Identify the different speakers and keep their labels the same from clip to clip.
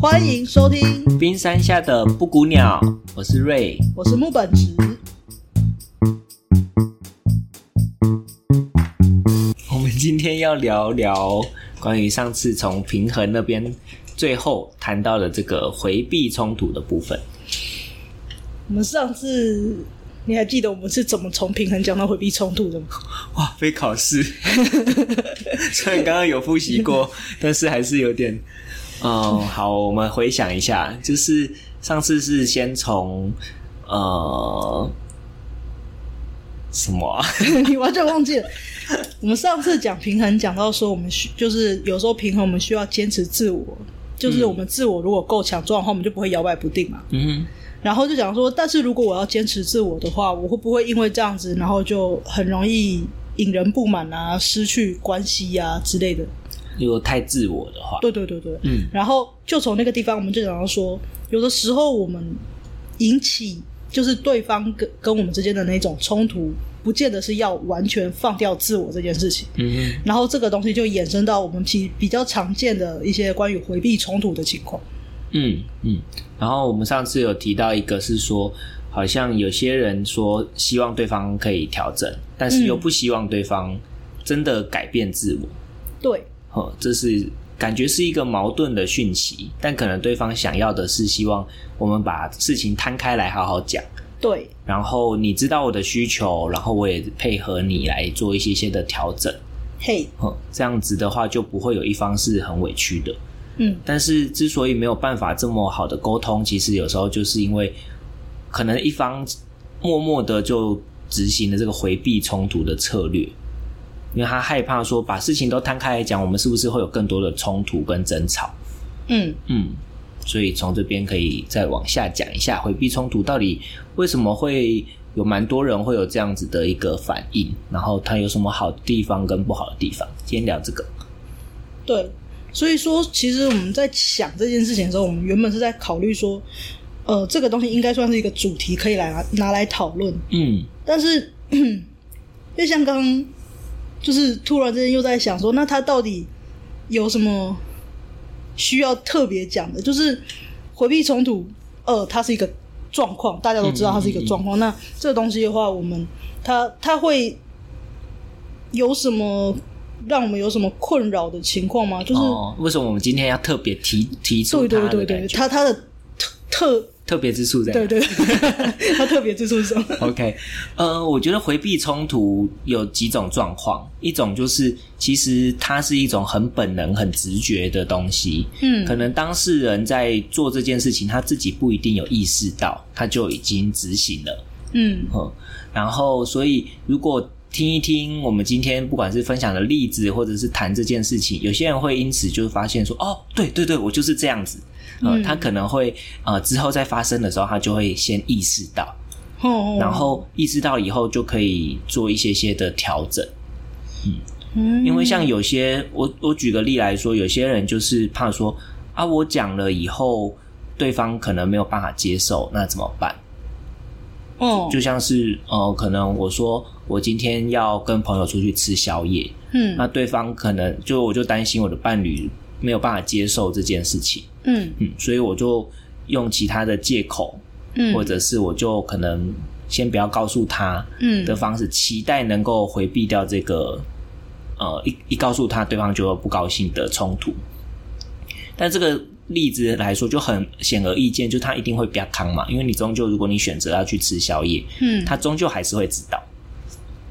Speaker 1: 欢迎收听，
Speaker 2: 冰山下的布谷鸟，我是瑞。
Speaker 1: 我是木本直。
Speaker 2: 我们今天要聊聊关于上次从平衡那边最后谈到的这个回避冲突的部分。
Speaker 1: 我们上次你还记得我们是怎么从平衡讲到回避冲突的吗？
Speaker 2: 哇，非考试， 虽然刚刚有复习 过，但是还是有点……嗯，好，我们回想一下，就是上次是先从呃什么啊、
Speaker 1: 你完全忘记了。我们上次讲平衡，讲到说我们需就是有时候平衡，我们需要坚持自我，就是我们自我如果够强壮的话，我们就不会摇摆不定嘛。
Speaker 2: 嗯
Speaker 1: 然后就讲说，但是如果我要坚持自我的话，我会不会因为这样子，然后就很容易引人不满啊，失去关系啊之类的？
Speaker 2: 哼， 如果太自我的话，
Speaker 1: 对对对对，
Speaker 2: 嗯
Speaker 1: 然后就从那个地方，我们就讲到说，有的时候我们引起就是对方跟跟我们之间的那种冲突，不见得是要完全放掉自我这件事情。
Speaker 2: 嗯
Speaker 1: 然后这个东西就衍生到我们其比较常见的一些关于回避冲突的情况。
Speaker 2: 嗯嗯，然后我们上次有提到一个是说，好像有些人说希望对方可以调整，但是又
Speaker 1: 嗯
Speaker 2: 不希望对方真的改变自我。
Speaker 1: 对，
Speaker 2: 哦，这是感觉是一个矛盾的讯息，但可能对方想要的是希望我们把事情摊开来好好讲，
Speaker 1: 对，
Speaker 2: 然后你知道我的需求，然后我也配合你来做一些些的调整。
Speaker 1: 嘿，
Speaker 2: 哦，这样子的话就不会有一方是很委屈的。
Speaker 1: 嗯，
Speaker 2: 但是之所以没有办法这么好的沟通，其实有时候就是因为可能一方默默的就执行了这个回避冲突的策略，因为他害怕说把事情都摊开来讲，我们是不是会有更多的冲突跟争吵？
Speaker 1: 嗯，
Speaker 2: 嗯，所以从这边可以再往下讲一下回避冲突到底为什么会有蛮多人会有这样子的一个反应，然后它有什么好的地方跟不好的地方？今天聊这个，
Speaker 1: 对，所以说，其实我们在想这件事情的时候，我们原本是在考虑说，呃，这个东西应该算是一个主题，可以来拿拿来讨论。
Speaker 2: 嗯
Speaker 1: 但是， 因为像刚刚就是突然之间又在想说，那他到底有什么需要特别讲的？就是回避冲突，呃，它是一个状况，大家都知道它是一个状
Speaker 2: 嗯
Speaker 1: 况。那这个东西的话，我们它它会有什么让我们有什么困扰的情况吗？就是、
Speaker 2: 哦，为什么我们今天要特别提提出
Speaker 1: 对
Speaker 2: 它
Speaker 1: 对对
Speaker 2: 的感
Speaker 1: 对，
Speaker 2: 觉
Speaker 1: 它它的特特
Speaker 2: 特别之处在哪
Speaker 1: 对对，对 它特别之处是什么？
Speaker 2: OK，呃，我觉得回避冲突有几种状况，一种就是其实它是一种很本能、很直觉的东西，
Speaker 1: 嗯
Speaker 2: 可能当事人在做这件事情，他自己不一定有意识到，他就已经执行了。
Speaker 1: 嗯
Speaker 2: 嗯，然后所以如果听一听我们今天不管是分享的例子，或者是谈这件事情，有些人会因此就发现说，哦，对对对，我就是这样子。呃，
Speaker 1: 嗯
Speaker 2: 他可能会呃之后再发生的时候，他就会先意识到，
Speaker 1: 哦哦，
Speaker 2: 然后意识到以后就可以做一些些的调整。
Speaker 1: 嗯
Speaker 2: 因为像有些我我举个例来说，有些人就是怕说啊，我讲了以后，对方可能没有办法接受，那怎么办？
Speaker 1: 哦
Speaker 2: 就像是呃，可能我说我今天要跟朋友出去吃宵夜，
Speaker 1: 嗯
Speaker 2: 那对方可能就我就担心我的伴侣没有办法接受这件事情，
Speaker 1: 嗯
Speaker 2: 嗯，所以我就用其他的借口，
Speaker 1: 嗯
Speaker 2: 或者是我就可能先不要告诉他，
Speaker 1: 嗯
Speaker 2: 的方式，期待能够回避掉这个呃一一告诉他对方就不高兴的冲突。但这个例子来说就很显而易见，就他一定会比较康嘛，因为你终究如果你选择要去吃宵夜，
Speaker 1: 嗯
Speaker 2: 他终究还是会知道。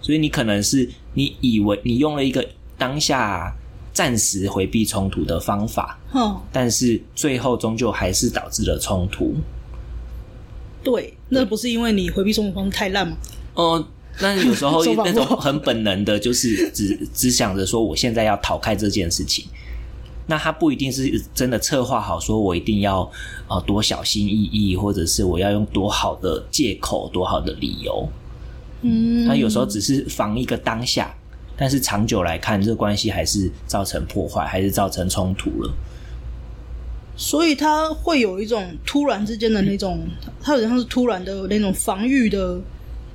Speaker 2: 所以你可能是你以为你用了一个当下暂时回避冲突的方法，
Speaker 1: 哼
Speaker 2: 但是最后终究还是导致了冲突。
Speaker 1: 对，那不是因为你回避冲突方式太烂吗？
Speaker 2: 哦，那有时 候
Speaker 1: 手法不
Speaker 2: 那种
Speaker 1: 好
Speaker 2: 很本能的，就是只只想着说我现在要逃开这件事情。那他不一定是真的策划好，说我一定要呃多小心翼翼，或者是我要用多好的借口、多好的理由。
Speaker 1: 嗯
Speaker 2: 他有时候只是防一个当下，但是长久来看，这个关系还是造成破坏，还是造成冲突了。
Speaker 1: 所以他会有一种突然之间的那种，他好像是突然的那种防御的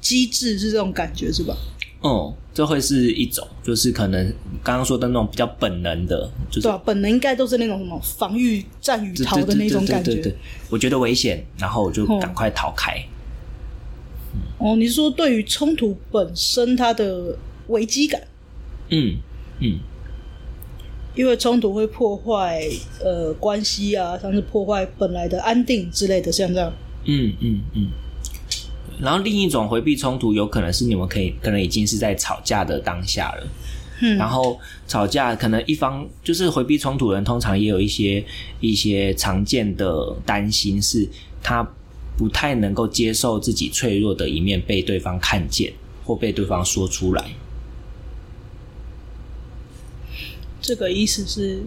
Speaker 1: 机制，是这种感觉是吧？
Speaker 2: 嗯，这会是一种，就是可能刚刚说的那种比较本能的，就是
Speaker 1: 对吧、本能应该都是那种什么防御战与逃的那种感
Speaker 2: 对对对
Speaker 1: 觉
Speaker 2: 对。对我觉得危险，然后我就
Speaker 1: 嗯
Speaker 2: 赶快逃开。
Speaker 1: 哦，你是说对于冲突本身它的危机感，
Speaker 2: 嗯嗯，
Speaker 1: 因为冲突会破坏呃关系啊，像是破坏本来的安定之类的，像这样。
Speaker 2: 嗯嗯嗯。然后另一种回避冲突，有可能是你们可以可能已经是在吵架的当下了，
Speaker 1: 嗯，
Speaker 2: 然后吵架可能一方就是回避冲突的人，通常也有一些一些常见的担心是，他不太能够接受自己脆弱的一面被对方看见或被对方说出来，
Speaker 1: 这个意思是，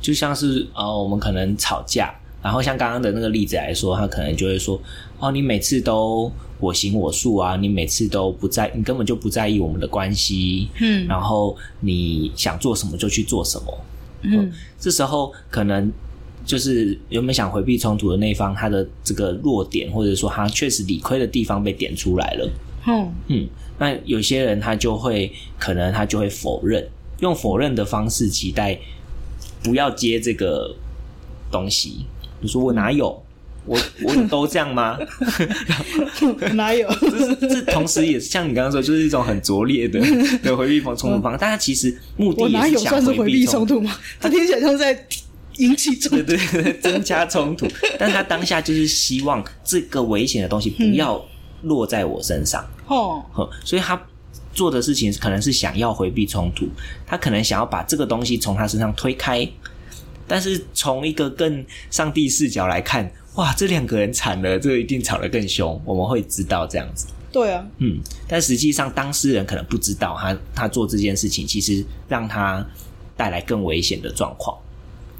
Speaker 2: 就像是呃，我们可能吵架，然后像刚刚的那个例子来说，他可能就会说，哦，你每次都我行我素啊，你每次都不在，你根本就不在意我们的关系，
Speaker 1: 嗯
Speaker 2: 然后你想做什么就去做什么，
Speaker 1: 嗯
Speaker 2: 这时候可能就是原本想回避冲突的那一方，他的这个弱点，或者说他确实理亏的地方被点出来了。
Speaker 1: 哼，
Speaker 2: 嗯，那有些人他就会可能他就会否认，用否认的方式期待不要接这个东西。你说我哪有？我我有都这样吗？
Speaker 1: 哪有？
Speaker 2: 这这同时也是像你刚刚说，就是一种很拙劣的的回避方冲突方式，但他其实目 的
Speaker 1: 我
Speaker 2: 也
Speaker 1: 哪有
Speaker 2: 是想
Speaker 1: 算是
Speaker 2: 回
Speaker 1: 回避冲
Speaker 2: 冲
Speaker 1: 突吗？这听起来像在引起冲
Speaker 2: 对
Speaker 1: 突。
Speaker 2: 对对， 增加冲突。但他当下就是希望这个危险的东西不
Speaker 1: 嗯
Speaker 2: 要落在我身上，
Speaker 1: 哦，
Speaker 2: 呵所以他做的事情可能是想要回避冲突，他可能想要把这个东西从他身上推开。但是从一个更上帝视角来看，哇，这两个人惨了，这个一定吵得更凶，我们会知道这样子。
Speaker 1: 对啊，
Speaker 2: 嗯，但实际上当事人可能不知道他，他做这件事情其实让他带来更危险的状况，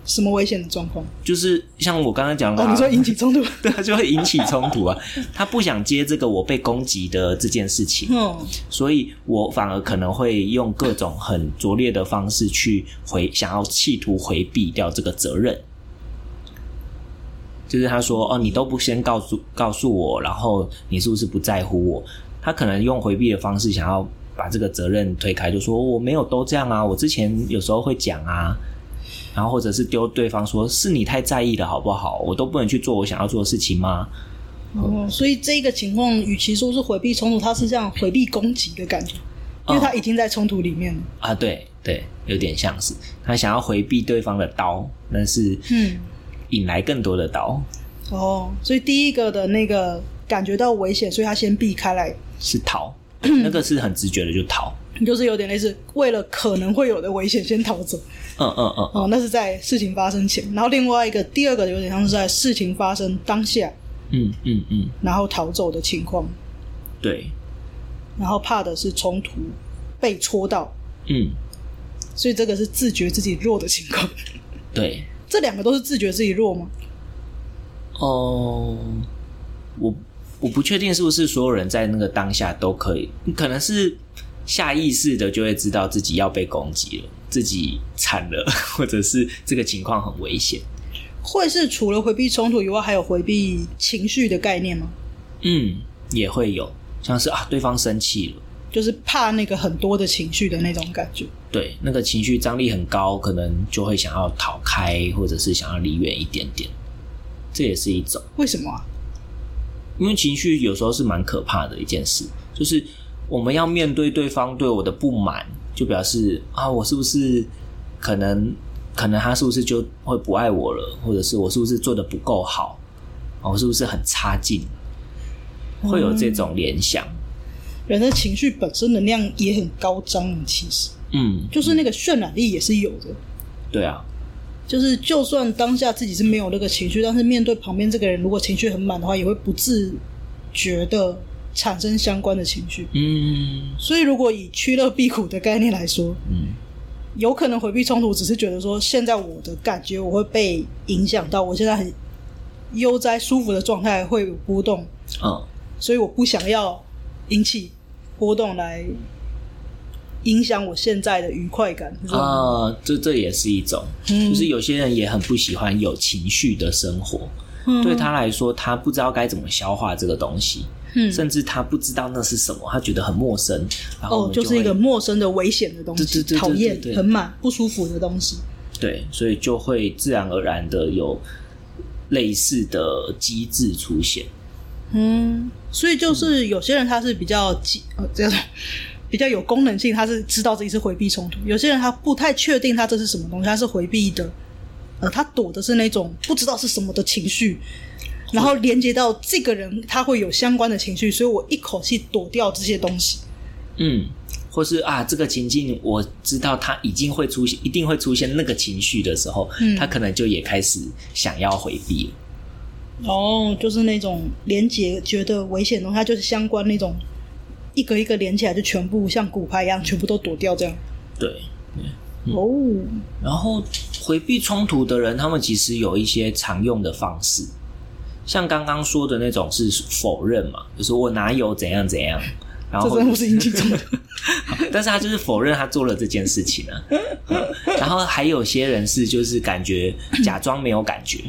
Speaker 1: 什么危险的状况？
Speaker 2: 就是像我刚刚讲的
Speaker 1: 哦，
Speaker 2: 啊、
Speaker 1: 你说引起冲突？
Speaker 2: 对啊，就会引起冲突啊。他不想接这个我被攻击的这件事情，
Speaker 1: 嗯
Speaker 2: 所以我反而可能会用各种很拙劣的方式去回，想要企图回避掉这个责任。就是他说：“哦，你都不先告诉告诉我，然后你是不是不在乎我？”他可能用回避的方式想要把这个责任推开，就说：“我没有都这样啊，我之前有时候会讲啊。”然后或者是丢对方说：“是你太在意了，好不好？我都不能去做我想要做的事情吗？”
Speaker 1: 哦，所以这个情况，与其说是回避冲突，它是这样回避攻击的感觉，因为他已经在冲突里面了。
Speaker 2: 啊，对对，有点像是他想要回避对方的刀，但是
Speaker 1: 嗯，
Speaker 2: 引来更多的刀，
Speaker 1: 哦，所以第一个的那个感觉到危险，所以他先避开来，
Speaker 2: 是逃，那个是很直觉的就逃。
Speaker 1: 就是有点类似为了可能会有的危险先逃走。
Speaker 2: 嗯嗯嗯，
Speaker 1: 哦，那是在事情发生前。然后另外一个，第二个有点像是在事情发生当下，
Speaker 2: 嗯嗯嗯，
Speaker 1: 然后逃走的情况，
Speaker 2: 对，
Speaker 1: 然后怕的是冲突被戳到，
Speaker 2: 嗯
Speaker 1: 所以这个是自觉自己弱的情况。
Speaker 2: 对，
Speaker 1: 这两个都是自觉自己弱吗？
Speaker 2: 哦，我我不确定是不是所有人在那个当下都可以，可能是下意识的就会知道自己要被攻击了，自己惨了， 或者是这个情况很危险。
Speaker 1: 会是除了回避冲突以外，还有回避情绪的概念吗？
Speaker 2: 嗯，也会有，像是啊，对方生气了。
Speaker 1: 就是怕那个很多的情绪的那种感觉。
Speaker 2: 对，那个情绪张力很高，可能就会想要逃开，或者是想要离远一点点，这也是一种。
Speaker 1: 为什么啊？
Speaker 2: 因为情绪有时候是蛮可怕的一件事，就是我们要面对对方对我的不满，就表示啊，我是不是可能可能他是不是就会不爱我了，或者是我是不是做的不够好，啊我是不是很差劲，会有这种联想。
Speaker 1: 人的情绪本身能量也很高涨，其实
Speaker 2: 嗯，
Speaker 1: 就是那个渲染力也是有的。
Speaker 2: 对啊，
Speaker 1: 就是就算当下自己是没有那个情绪，但是面对旁边这个人，如果情绪很满的话，也会不自觉的产生相关的情绪。
Speaker 2: 嗯
Speaker 1: 所以，如果以趋乐避苦的概念来说，
Speaker 2: 嗯，
Speaker 1: 有可能回避冲突，只是觉得说现在我的感觉我会被影响到，我现在很悠哉舒服的状态会有波动，
Speaker 2: 嗯，
Speaker 1: 所以我不想要引起波动来影响我现在的愉快感。是吧
Speaker 2: 啊，这这也是一种，
Speaker 1: 嗯
Speaker 2: 就是有些人也很不喜
Speaker 1: 嗯
Speaker 2: 啊欢有情绪的生活，对他来说，他不知道该怎么消化这个东西，
Speaker 1: 嗯
Speaker 2: 甚至他不知道那是什么，他觉得很陌生，然后我
Speaker 1: 哦，
Speaker 2: 们
Speaker 1: 就是一
Speaker 2: 会
Speaker 1: 个陌生的、危险的东
Speaker 2: 对对
Speaker 1: 西，
Speaker 2: 对对
Speaker 1: 讨厌
Speaker 2: 对、对
Speaker 1: 很满、不舒服的东西。
Speaker 2: 对，所以就会自然而然的有类似的机制出现。
Speaker 1: 嗯，所以就是有些人他是比较急呃，这种比较有功能性，他是知道自己是回避冲突；有些人他不太确定他这是什么东西，他是回避的，呃，他躲的是那种不知道是什么的情绪，然后连接到这个人他会有相关的情绪，所以我一口气躲掉这些东西。
Speaker 2: 嗯，或是啊，这个情境我知道他已经会出现，一定会出现那个情绪的时候，
Speaker 1: 嗯
Speaker 2: 他可能就也开始想要回避了。
Speaker 1: 哦，就是那种连接觉得危险的东西，它就是相关那种一个一个连起来，就全部像骨牌一样，全部都躲掉这样。
Speaker 2: 对，
Speaker 1: 哦，
Speaker 2: 然后回避冲突的人，他们其实有一些常用的方式，像刚刚说的那种是否认嘛，就是我哪有怎样怎样，然后
Speaker 1: 哦这真的不是引起 冲突。
Speaker 2: 但是他就是否认他做了这件事情啊。 嗯然后还有些人是就是感觉假装没有感觉，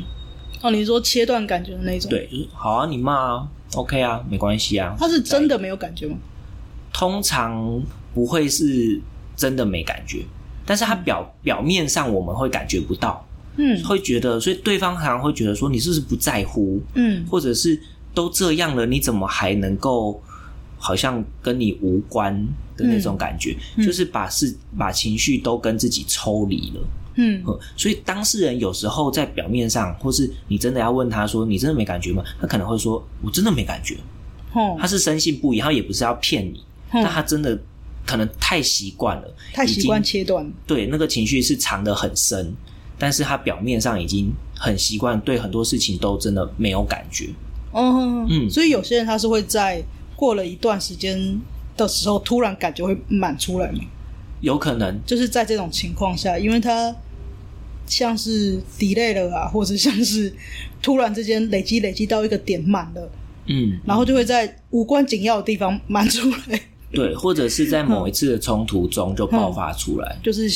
Speaker 1: 哦，你说切断感觉的那种，，
Speaker 2: 对，就是好啊，你骂啊，OK 啊，没关系啊。
Speaker 1: 他是真的没有感觉吗？
Speaker 2: 通常不会是真的没感觉，但是他表表面上我们会感觉不到，
Speaker 1: 嗯
Speaker 2: 会觉得，所以对方常常会觉得说你是不是不在乎，
Speaker 1: 嗯
Speaker 2: 或者是都这样了，你怎么还能够好像跟你无关的那种感觉？
Speaker 1: 嗯嗯
Speaker 2: 就是把事把情绪都跟自己抽离了。
Speaker 1: 嗯
Speaker 2: 嗯所以当事人有时候在表面上，或是你真的要问他说你真的没感觉吗？他可能会说我真的没感觉，
Speaker 1: 哦
Speaker 2: 他，是深信不疑，他也不是要骗你，
Speaker 1: 嗯
Speaker 2: 但他真的可能太习惯了，
Speaker 1: 太习惯
Speaker 2: 已经
Speaker 1: 切断了，
Speaker 2: 对那个情绪是藏得很深，但是他表面上已经很习惯，对很多事情都真的没有感觉。
Speaker 1: 哦，
Speaker 2: 嗯
Speaker 1: 所以有些人他是会在过了一段时间的时候，突然感觉会满出来嘛，
Speaker 2: 有可能
Speaker 1: 就是在这种情况下，因为他像是 delay 了啊，或者像是突然之间累积累积到一个点满了，
Speaker 2: 嗯，
Speaker 1: 然后就会在无关紧要的地方满出来，
Speaker 2: 对，或者是在某一次的冲突中就爆发出来。
Speaker 1: 就是。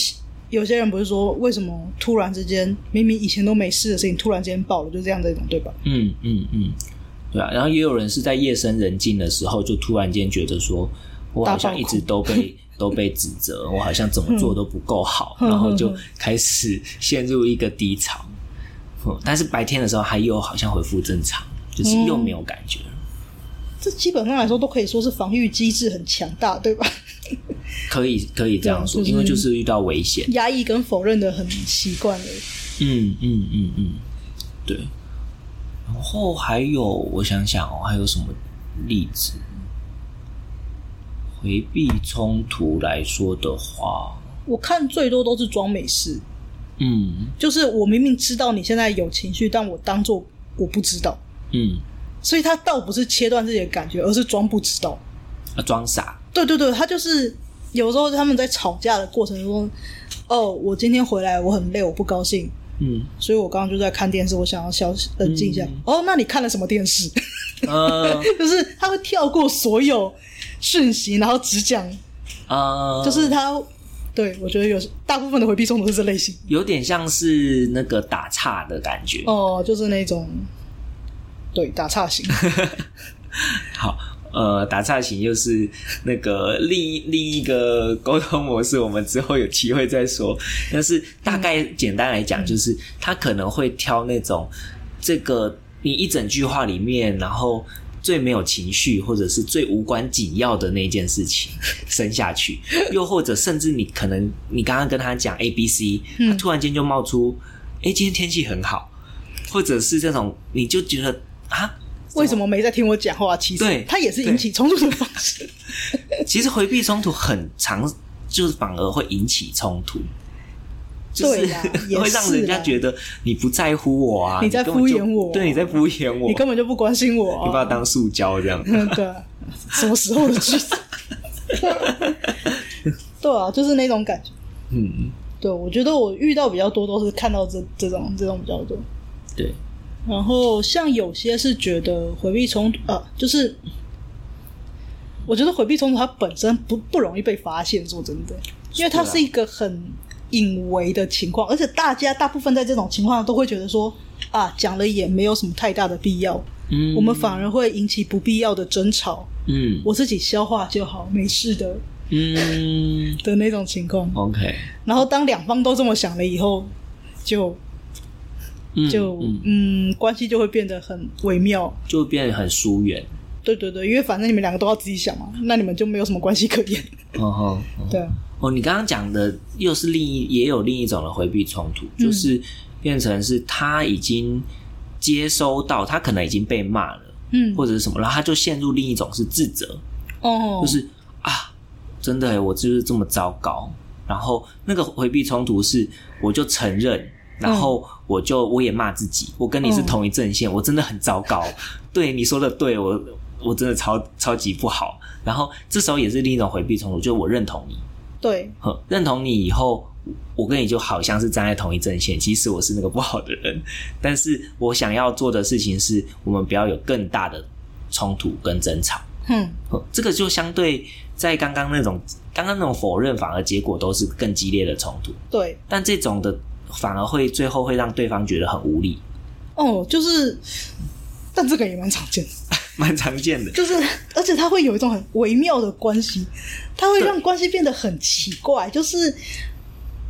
Speaker 1: 有些人不是说为什么突然之间明明以前都没事的事情突然之间爆了，就这样的一种对吧？
Speaker 2: 嗯嗯嗯，对啊。然后也有人是在夜深人静的时候，就突然间觉得说，我好像一直都 被都被指责，我好像怎么做都不够好，
Speaker 1: 嗯
Speaker 2: 然后就开始陷入一个低潮。嗯但是白天的时候，还有好像恢复正常，就是
Speaker 1: 嗯
Speaker 2: 又没有感觉了。
Speaker 1: 这基本上来说都可以说是防御机制很强大，对吧？
Speaker 2: 可以可以这样说，
Speaker 1: 对就是
Speaker 2: 因为就是遇到危险。
Speaker 1: 压抑跟否认的很习惯了。
Speaker 2: 嗯嗯嗯嗯，对。然后还有，我想想哦，还有什么例子？回避冲突来说的话，
Speaker 1: 我看最多都是装没事，
Speaker 2: 嗯
Speaker 1: 就是我明明知道你现在有情绪，但我当做我不知道，
Speaker 2: 嗯，
Speaker 1: 所以他倒不是切断自己的感觉，而是装不知道。
Speaker 2: 啊，装傻，
Speaker 1: 对对对，他就是有时候他们在吵架的过程中，哦，我今天回来我很累，我不高兴，
Speaker 2: 嗯
Speaker 1: 所以我刚刚就在看电视，我想要消冷静一下。
Speaker 2: 嗯
Speaker 1: 哦，那你看了什么电视？
Speaker 2: 呃
Speaker 1: 就是他会跳过所有讯息，然后只讲
Speaker 2: 呃，
Speaker 1: 就是他，对我觉得有大部分的回避冲突是这类型
Speaker 2: 有点像是那个打岔的感觉。
Speaker 1: 哦、就是那种对打岔 型，
Speaker 2: 好，呃，打岔型又是那个另一另一个沟通模式，我们之后有机会再说。但是大概简单来讲，就是他可能会挑那种这个你一整句话里面，然后。最没有情绪，或者是最无关紧要的那件事情生下去，又或者甚至你可能你刚刚跟他讲 A、B、C，他
Speaker 1: 嗯
Speaker 2: 突然间就冒出，哎、今天天气很好，或者是这种你就觉得啊，
Speaker 1: 为什么没在听我讲话？其
Speaker 2: 对
Speaker 1: 实他也是引起冲突的方式。
Speaker 2: 其实回避冲突很常，就是反而会引起冲突， 就是
Speaker 1: 对啦也
Speaker 2: 会让
Speaker 1: 是
Speaker 2: 人
Speaker 1: 啊
Speaker 2: 家
Speaker 1: 啦
Speaker 2: 觉得你不在乎我啊，
Speaker 1: 你在
Speaker 2: 根本就
Speaker 1: 敷衍我
Speaker 2: 对，你在敷衍我，
Speaker 1: 你
Speaker 2: 你
Speaker 1: 根本就不关心我、
Speaker 2: 把我
Speaker 1: 啊，
Speaker 2: 当塑胶这样。
Speaker 1: 嗯， 对啊，什么时候的 句子？对啊，就是那种感觉。
Speaker 2: 嗯，
Speaker 1: 对，我觉得我遇到比较多都是看到这这种这种比较多。
Speaker 2: 对，
Speaker 1: 然后像有些是觉得回避冲突，呃，就是我觉得回避冲突它本身不不容易被发现，说真的，因为它
Speaker 2: 是啊
Speaker 1: 是一个很隐微的情况，而且大家大部分在这种情况都会觉得说啊，讲了也没有什么太大的必要，
Speaker 2: 嗯
Speaker 1: 我们反而会引起不必要的争吵。
Speaker 2: 嗯
Speaker 1: 我自己消化就好，没事的
Speaker 2: 嗯
Speaker 1: 的那种情况。
Speaker 2: ，OK，
Speaker 1: 然后当两方都这么想了以后，就
Speaker 2: 嗯
Speaker 1: 就
Speaker 2: 嗯
Speaker 1: 嗯关系就会变得很微妙。
Speaker 2: 就变得很疏远，
Speaker 1: 对对对，因为反正你们两个都要自己想嘛，那你们就没有什么关系可言。
Speaker 2: 嗯哼，嗯
Speaker 1: 对啊，
Speaker 2: 哦，你刚刚讲的又是另一，也有另一种的回避冲突，
Speaker 1: 嗯
Speaker 2: 就是变成是他已经接收到，他可能已经被骂了，
Speaker 1: 嗯，
Speaker 2: 或者是什么，然后他就陷入另一种是自责，
Speaker 1: 哦，
Speaker 2: 就是啊，真的耶，我就是这么糟糕。然后那个回避冲突是，我就承认，然后我就我也骂自己，我跟你是
Speaker 1: 嗯
Speaker 2: 同一阵线，我真的很糟 糕。对你说的对，我我真的超超级不好。然后这时候也是另一种回避冲突，就是我认同你，
Speaker 1: 对，
Speaker 2: 呵认同你以后，我跟你就好像是站在同一阵线。其实我是那个不好的人，但是我想要做的事情是，我们不要有更大的冲突跟争吵。
Speaker 1: 嗯，
Speaker 2: 呵这个就相对在刚刚那种刚刚那种否认，反而结果都是更激烈的冲突。
Speaker 1: 对，
Speaker 2: 但这种的反而会最后会让对方觉得很无力，
Speaker 1: 哦，就是，但这个也蛮常见的，
Speaker 2: 蛮常见的。
Speaker 1: 就是而且它会有一种很微妙的关系，它会
Speaker 2: 对
Speaker 1: 让关系变得很奇怪，就是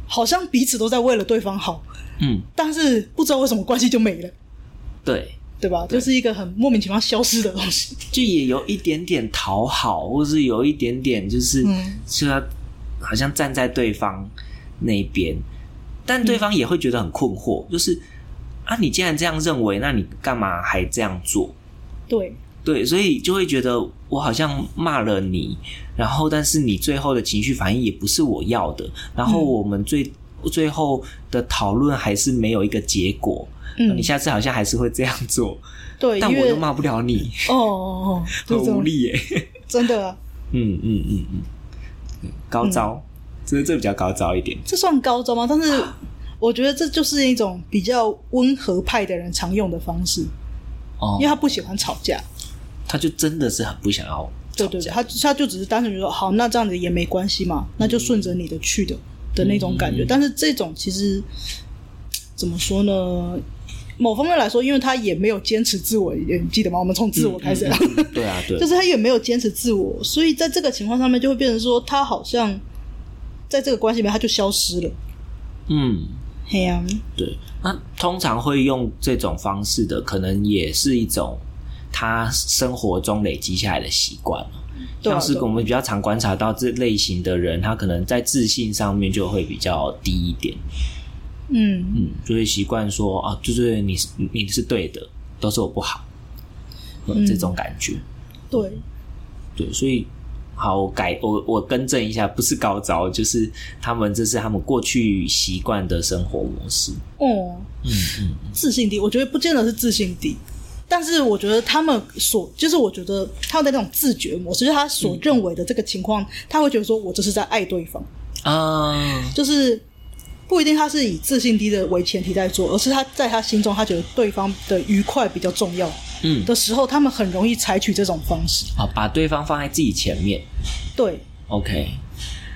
Speaker 1: 好像彼此都在为了对方好，
Speaker 2: 嗯，
Speaker 1: 但是不知道为什么关系就没了，
Speaker 2: 对，
Speaker 1: 对吧？就是一个很莫名其妙消失的东西。
Speaker 2: 就也有一点点讨好，或是有一点点就是、
Speaker 1: 嗯
Speaker 2: 是要好像站在对方那边，但对方也会觉得很困惑，
Speaker 1: 嗯
Speaker 2: 就是啊，你既然这样认为，那你干嘛还这样做？
Speaker 1: 对，
Speaker 2: 对，所以就会觉得我好像骂了你，然后但是你最后的情绪反应也不是我要的，然后
Speaker 1: 嗯
Speaker 2: 我们最、最后的讨论还是没有一个结果。
Speaker 1: 嗯
Speaker 2: 你，下次好像还是会这样做，
Speaker 1: 对，
Speaker 2: 但
Speaker 1: 因
Speaker 2: 我
Speaker 1: 为
Speaker 2: 又骂不了你，
Speaker 1: 哦 哦哦，
Speaker 2: 很
Speaker 1: 就这
Speaker 2: 无
Speaker 1: 种
Speaker 2: 力耶、
Speaker 1: 真的啊，
Speaker 2: 嗯嗯嗯嗯嗯，高招，这这比较高招一点。
Speaker 1: 这算高招吗？但是我觉得这就是一种比较温和派的人常用的方式，
Speaker 2: 哦
Speaker 1: 因为他不喜欢吵架。
Speaker 2: 他就真的是很不想要
Speaker 1: 对对对，他他就只是单纯就说好，那这样子也没关系嘛，那就顺着你的去的的那种感觉。
Speaker 2: 嗯
Speaker 1: 但是这种其实怎么说呢？某方面来说，因为他也没有坚持自我，你记得吗？我们从自我开始聊，
Speaker 2: 嗯嗯嗯对啊，对，
Speaker 1: 就是他也没有坚持自我，所以在这个情况上面就会变成说，他好像在这个关系里面他就消失了。
Speaker 2: 嗯，
Speaker 1: 嘿呀、
Speaker 2: 对。那通常会用这种方式的，可能也是一种他生活中累积下来的习惯嘛
Speaker 1: 对啊
Speaker 2: 像是
Speaker 1: 对啊
Speaker 2: 我们比较常观察到这类型的人，他可能在自信上面就会比较低一点，
Speaker 1: 嗯，
Speaker 2: 嗯，就会习惯说啊，就是你是你是对的，都是我不好，
Speaker 1: 嗯
Speaker 2: 嗯、这种感觉。
Speaker 1: 对，
Speaker 2: 对，所以好，我改我我更正一下，不是高招，就是他们这是他们过去习惯的生活模式。
Speaker 1: 哦，
Speaker 2: 嗯嗯
Speaker 1: 自信低，我觉得不见得是自信低，但是我觉得他们所就是我觉得他的那种自觉模式，就是他所认为的这个情况，他会觉得说我这是在爱对方，
Speaker 2: 啊，
Speaker 1: 就是不一定他是以自信低的为前提在做，而是他在他心中他觉得对方的愉快比较重要
Speaker 2: 嗯，
Speaker 1: 的时候，他们很容易采取这种方式。
Speaker 2: 好，把对方放在自己前面
Speaker 1: 对，
Speaker 2: ，OK。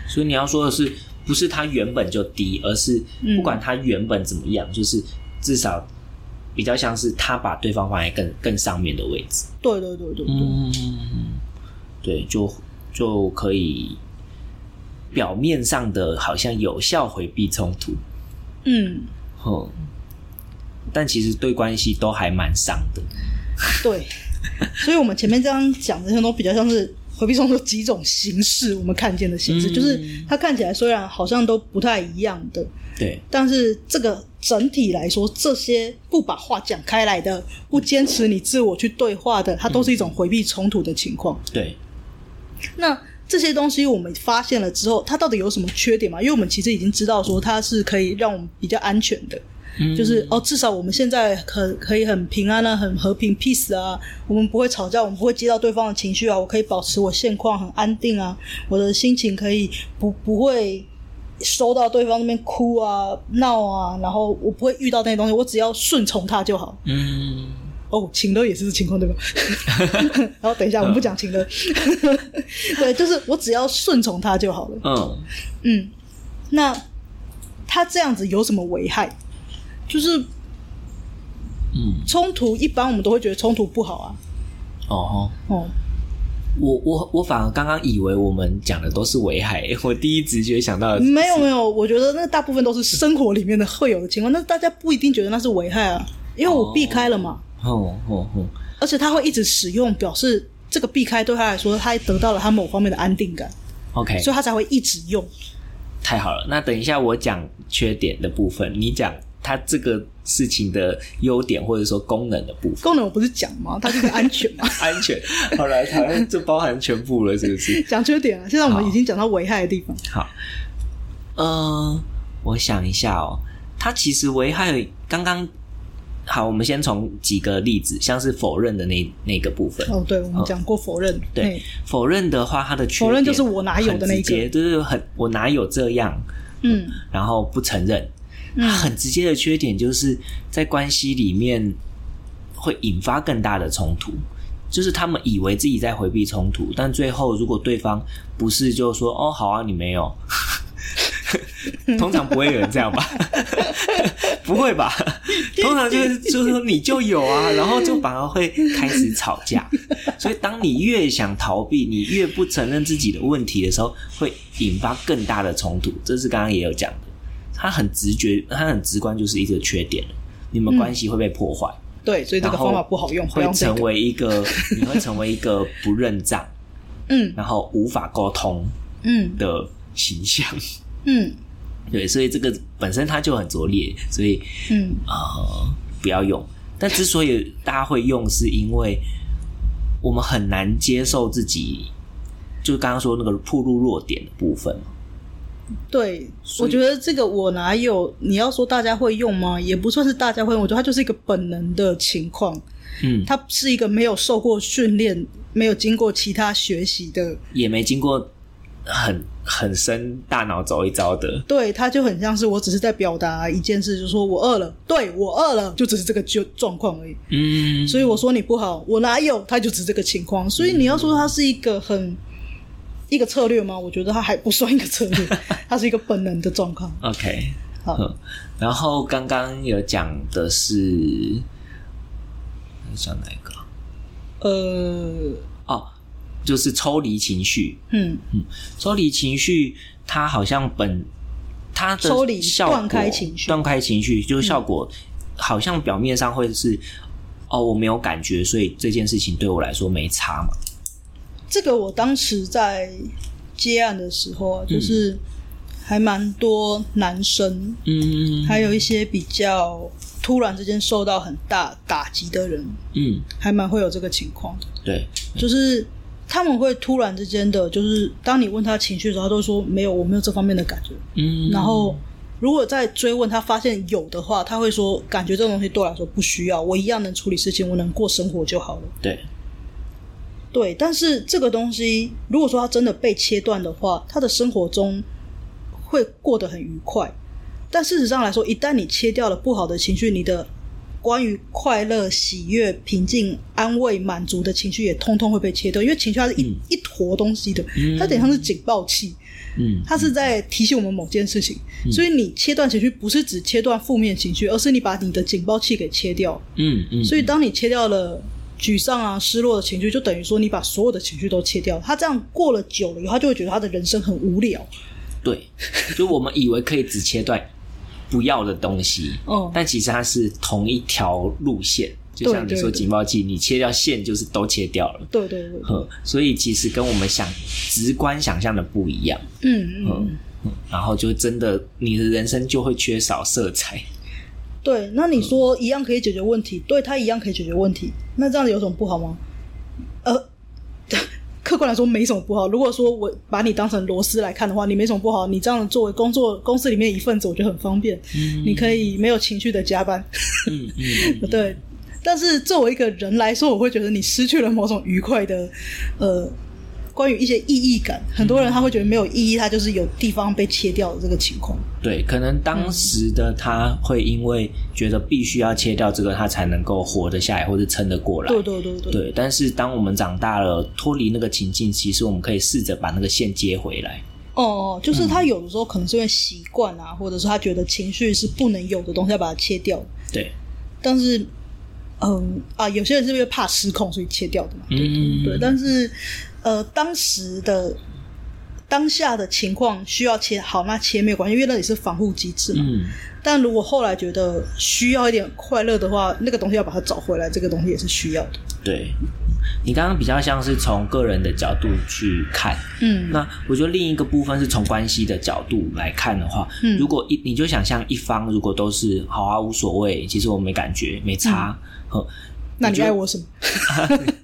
Speaker 2: 所以你要说的是，不是他原本就低，而是
Speaker 1: 嗯
Speaker 2: 不管他原本怎么样，就是至少比较像是他把对方放在更更上面的位置。
Speaker 1: 对对对对对，
Speaker 2: 嗯，对，就就可以表面上的好像有效回避冲突，
Speaker 1: 嗯，
Speaker 2: 哼，但其实对关系都还蛮伤的。
Speaker 1: 对，所以我们前面这样讲这些都比较像是回避冲突几种形式，我们看见的形式，
Speaker 2: 嗯
Speaker 1: 就是它看起来虽然好像都不太一样的，
Speaker 2: 对，
Speaker 1: 但是这个整体来说，这些不把话讲开来的，不坚持你自我去对话的，它都是一种回避冲突的情况。
Speaker 2: 对，
Speaker 1: 那这些东西我们发现了之后，它到底有什么缺点吗？因为我们其实已经知道说它是可以让我们比较安全的，
Speaker 2: 嗯
Speaker 1: 就是哦，至少我们现在很可以很平安啊，很和平 peace 啊，我们不会吵架，我们不会接到对方的情绪啊，我可以保持我现况很安定啊，我的心情可以不不会收到对方那边哭啊闹啊，然后我不会遇到那些东西，我只要顺从他就好。
Speaker 2: 嗯，
Speaker 1: 哦，情乐也是这情况 对吧？然后等一下，我们不讲情乐，嗯 对，就是我只要顺从他就好了。
Speaker 2: 嗯，
Speaker 1: 嗯，那他这样子有什么危害？就是
Speaker 2: 嗯，
Speaker 1: 冲突一般我们都会觉得冲突不好啊。
Speaker 2: 哦吼。
Speaker 1: 哦，
Speaker 2: 我我我反而刚刚以为我们讲的都是危害， 我第一直觉想到的是
Speaker 1: 没有没有，我觉得那大部分都是生活里面的会有的情况，那大家不一定觉得那是危害啊，因为我避开了嘛，
Speaker 2: 哦哦哦，
Speaker 1: 而且他会一直使用，表示这个避开对他来说，他得到了他某方面的安定感，
Speaker 2: ，OK，
Speaker 1: 所以他才会一直用。
Speaker 2: 太好了。那等一下我讲缺点的部分，你讲它这个事情的优点或者说功能的部分，
Speaker 1: 功能我不是讲吗？它就是安全嘛。
Speaker 2: 安全。好了，好像这包含全部了，是 不是？
Speaker 1: 讲缺点啊，现在我们
Speaker 2: 好
Speaker 1: 已经讲到危害的地方。
Speaker 2: 好，嗯、我想一下哦，它其实危害刚刚好，我们先从几个例子，像是否认的那那个部分，
Speaker 1: 哦，对，我们讲过否认，
Speaker 2: 对
Speaker 1: 嘿，，
Speaker 2: 否认的话，它的缺点
Speaker 1: 否认就是我哪有的那一个
Speaker 2: 很直接就是很我哪有这样，
Speaker 1: 嗯
Speaker 2: 然后不承认。
Speaker 1: 嗯
Speaker 2: 它很直接的缺点就是在关系里面会引发更大的冲突，就是他们以为自己在回避冲突，但最后如果对方不是就说哦好啊你没有，通常不会有人这样吧？ 不会吧？ 通常就是就是说你就 有啊，然后就反而会开始吵架。所以当你越想逃避，你越不承认自己的问题的时候，会引发更大的冲突。这是刚刚也有讲的，他很直觉，他很直观，就是一个缺点了你们关系会被破坏，
Speaker 1: 嗯对，所以这个
Speaker 2: 然后
Speaker 1: 方法不好用，不
Speaker 2: 会
Speaker 1: 要用这
Speaker 2: 成
Speaker 1: 个。
Speaker 2: 为一个你会成为一个不认账，
Speaker 1: 嗯
Speaker 2: 然后无法沟通
Speaker 1: 嗯
Speaker 2: 的形象。
Speaker 1: 嗯
Speaker 2: 对，所以这个本身它就很拙劣，所以
Speaker 1: 嗯
Speaker 2: 呃，不要用。但之所以大家会用，是因为我们很难接受自己，就刚刚说那个暴露弱点的部分嘛。
Speaker 1: 对，
Speaker 2: 所
Speaker 1: 我
Speaker 2: 以
Speaker 1: 觉得这个我哪有？你要说大家会用吗？也不算是大家会用，我觉得它就是一个本能的情况，
Speaker 2: 嗯，
Speaker 1: 它是一个没有受过训练、没有经过其他学习的，
Speaker 2: 也没经过很很深大脑走一遭的。
Speaker 1: 对，它就很像是我只是在表达一件事，就是说我饿了，对我饿了，就只是这个就状况而已。
Speaker 2: 嗯，
Speaker 1: 所以我说你不好，我哪有？他就只是这个情况。所以你要说它是一个很一个策略吗？我觉得它还不算一个策略，它是一个本能的状况。
Speaker 2: OK，
Speaker 1: 好
Speaker 2: 嗯，然后刚刚有讲的是，想哪一个？
Speaker 1: 呃，
Speaker 2: 哦，就是抽离情绪。
Speaker 1: 嗯，
Speaker 2: 抽离情绪，它好像本它的
Speaker 1: 抽离
Speaker 2: 效果
Speaker 1: 断开情绪
Speaker 2: 断开情绪就是效果，好像表面上会是哦，我没有感觉，所以这件事情对我来说没差嘛。
Speaker 1: 这个我当时在接案的时候啊，就是还蛮多男生，
Speaker 2: 嗯
Speaker 1: 还有一些比较突然之间受到很大打击的人，
Speaker 2: 嗯，
Speaker 1: 还蛮会有这个情况的。
Speaker 2: 对，
Speaker 1: 就是他们会突然之间的，就是当你问他情绪的时候，他都说没有，我没有这方面的感觉。
Speaker 2: 嗯，
Speaker 1: 然后如果再追问他发现有的话，他会说感觉这种东西对我来说不需要，我一样能处理事情，我能过生活就好了。
Speaker 2: 对，
Speaker 1: 对，但是这个东西如果说他真的被切断的话，他的生活中会过得很愉快。但事实上来说，一旦你切掉了不好的情绪，你的关于快乐、喜悦、平静、安慰、满足的情绪也通通会被切断，因为情绪它是一、
Speaker 2: 嗯
Speaker 1: 一坨东西的，
Speaker 2: 嗯
Speaker 1: 它有点像是警报器。
Speaker 2: 嗯，
Speaker 1: 它是在提醒我们某件事情，所以你切断情绪不是只切断负面情绪，而是你把你的警报器给切掉。
Speaker 2: 嗯嗯，
Speaker 1: 所以当你切掉了沮丧啊、失落的情绪，就等于说你把所有的情绪都切掉。他这样过了久了以后，他就会觉得他的人生很无聊。
Speaker 2: 对，就我们以为可以只切断不要的东西，
Speaker 1: 嗯
Speaker 2: 但其实它是同一条路线，就像你
Speaker 1: 对对
Speaker 2: 说
Speaker 1: 对
Speaker 2: 警报器，你切掉线就是都切掉了。
Speaker 1: 对对对，
Speaker 2: 呵，所以其实跟我们想直观想象的不一样，
Speaker 1: 嗯嗯，
Speaker 2: 嗯，嗯然后就真的你的人生就会缺少色彩，
Speaker 1: 对。那你
Speaker 2: 嗯
Speaker 1: 说一样可以解决问题，对他一样可以解决问题，那这样子有什么不好吗？呃。 客观来说没什么不好。如果说我把你当成螺丝来看的话，你没什么不好。你这样作为工作公司里面一份子，我觉得很方便。
Speaker 2: 嗯
Speaker 1: 你可以没有情绪的加班，
Speaker 2: 嗯嗯，
Speaker 1: 对。但是作为一个人来说，我会觉得你失去了某种愉快的，呃，关于一些意义感。很多人
Speaker 2: 嗯
Speaker 1: 他会觉得没有意义，他就是有地方被切掉的这个情况。
Speaker 2: 对，可能当时的他会因为觉得必须要切掉这个，他才能够活得下来或者撑得过来，
Speaker 1: 对对对对，
Speaker 2: 对，但是当我们长大了，脱离那个情境，其实我们可以试着把那个线接回来。
Speaker 1: 哦，
Speaker 2: 嗯
Speaker 1: 就是他有的时候可能是因为习惯啊，或者是他觉得情绪是不能有的东西，要把它切掉。
Speaker 2: 对，
Speaker 1: 但是嗯啊，有些人是因为怕失控所以切掉的嘛，
Speaker 2: 嗯，
Speaker 1: 对，但是呃，当时的当下的情况需要切，好，那切没有关系，因为那里是防护机制嘛。
Speaker 2: 嗯，
Speaker 1: 但如果后来觉得需要一点快乐的话，那个东西要把它找回来，这个东西也是需要的。
Speaker 2: 对。你刚刚比较像是从个人的角度去看，
Speaker 1: 嗯
Speaker 2: 那我觉得另一个部分是从关系的角度来看的话，
Speaker 1: 嗯
Speaker 2: 如果一你就想象一方如果都是好啊无所谓，其实我没感觉没差，呵，
Speaker 1: 那你
Speaker 2: 觉得嗯
Speaker 1: 爱我什么？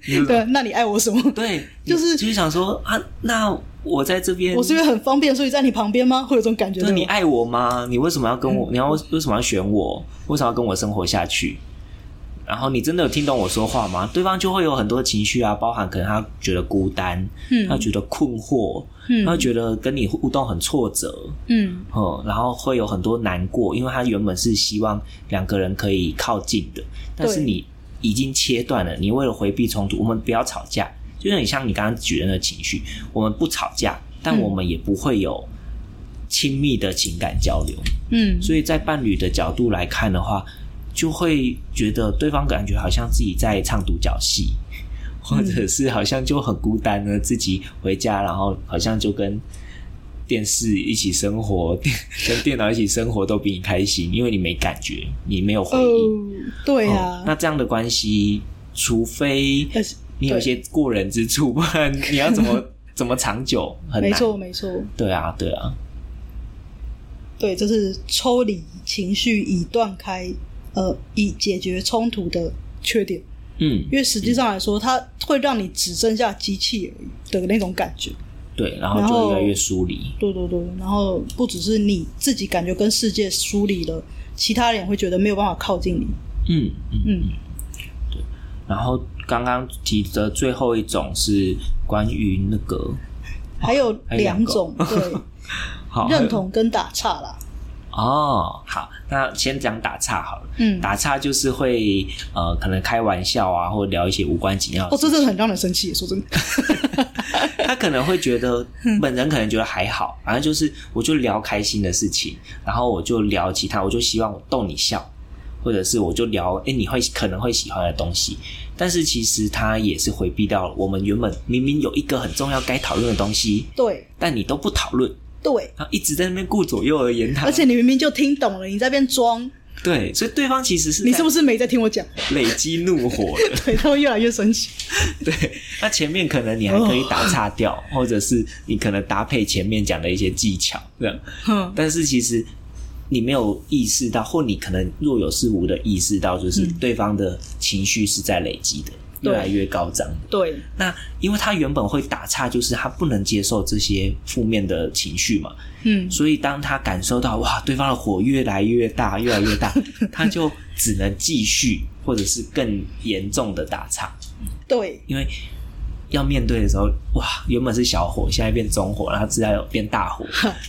Speaker 2: 你就
Speaker 1: 嗯对，那你爱我什么？
Speaker 2: 对，
Speaker 1: 就是
Speaker 2: 你就是想说啊，那我在这边，
Speaker 1: 我是因为很方便，所以在你旁边吗？会有这种感觉
Speaker 2: 就
Speaker 1: 吗？
Speaker 2: 是你爱我吗？你为什么要跟
Speaker 1: 嗯
Speaker 2: 我？你要为什么要选我？为什么要跟我生活下去？然后你真的有听懂我说话吗？对方就会有很多情绪啊，包含可能他觉得孤单，
Speaker 1: 嗯
Speaker 2: 他觉得困惑，
Speaker 1: 嗯
Speaker 2: 他觉得跟你互动很挫折，
Speaker 1: 嗯
Speaker 2: 嗯，然后会有很多难过，因为他原本是希望两个人可以靠近的，但是
Speaker 1: 对
Speaker 2: 你已经切断了。你为了回避冲突，我们不要吵架，就很像你刚刚举的那个情绪，我们不吵架，但
Speaker 1: 嗯
Speaker 2: 我们也不会有亲密的情感交流。
Speaker 1: 嗯，
Speaker 2: 所以在伴侣的角度来看的话，就会觉得对方感觉好像自己在唱独角戏，或者是好像就很孤单呢，自己回家，然后好像就跟电视一起生活， 跟电脑一起生活都比你开心，因为你没感觉，你没有回
Speaker 1: 哦
Speaker 2: 应。，
Speaker 1: 对啊呀、
Speaker 2: 哦那这样的关系，除非
Speaker 1: 但是
Speaker 2: 你有一些过人之处，不然你要 怎么怎么长久很难。
Speaker 1: 没错没错，
Speaker 2: 对啊，对啊，
Speaker 1: 对，就是抽离情绪以断开，呃，以解决冲突的缺点。
Speaker 2: 嗯，
Speaker 1: 因为实际上来说，它会让你只剩下机器而已的那种感觉。
Speaker 2: 对，然后
Speaker 1: 然
Speaker 2: 就
Speaker 1: 后
Speaker 2: 越来越疏离。
Speaker 1: 对对对，然后不只是你自己感觉跟世界疏离了，其他人也会觉得没有办法靠近你。
Speaker 2: 嗯嗯。
Speaker 1: 嗯
Speaker 2: 然后刚刚提的最后一种是关于那个
Speaker 1: 还有
Speaker 2: 还有两
Speaker 1: 两
Speaker 2: 个
Speaker 1: 种对
Speaker 2: 好
Speaker 1: 认同跟打岔啦。
Speaker 2: 哦。好，那先讲打岔好了。
Speaker 1: 嗯，
Speaker 2: 打岔就是会呃，可能开玩笑啊，或聊一些无关紧要的
Speaker 1: 哦，
Speaker 2: 事。
Speaker 1: 这真的很让人生气，说真的。
Speaker 2: 他可能会觉得，本人可能觉得还好， 反正就是我就聊开心的事情，然后我就聊其他，我就希望我逗你笑，或者是我就聊哎、诶你会可能会喜欢的东西。但是其实他也是回避掉了我们原本明明有一个很重要该讨论的东西，
Speaker 1: 对
Speaker 2: 但你都不讨论。
Speaker 1: 对，
Speaker 2: 然后一直在那边顾左右而言他，
Speaker 1: 而且你明明就听懂了，你在那边装，
Speaker 2: 对，所以对方其实是
Speaker 1: 你是不
Speaker 2: 是
Speaker 1: 是没在听我 讲？
Speaker 2: 累积怒火了？
Speaker 1: 对，他会越来越生气。
Speaker 2: 对，那前面可能你还可以打岔掉，或者是你可能搭配前面讲的一些技巧这样，
Speaker 1: 哼，
Speaker 2: 但是其实你没有意识到，或你可能若有似无的意识到，就是
Speaker 1: 嗯
Speaker 2: 对方的情绪是在累积的，
Speaker 1: 对
Speaker 2: 越来越高涨的。
Speaker 1: 对，
Speaker 2: 那因为他原本会打岔，就是他不能接受这些负面的情绪嘛，
Speaker 1: 嗯，
Speaker 2: 所以当他感受到哇，对方的火越来越大，越来越大，他就只能继续，或者是更严重的打岔，
Speaker 1: 对，
Speaker 2: 因为要面对的时候，哇，原本是小火，现在变中火，然后自然有变大火。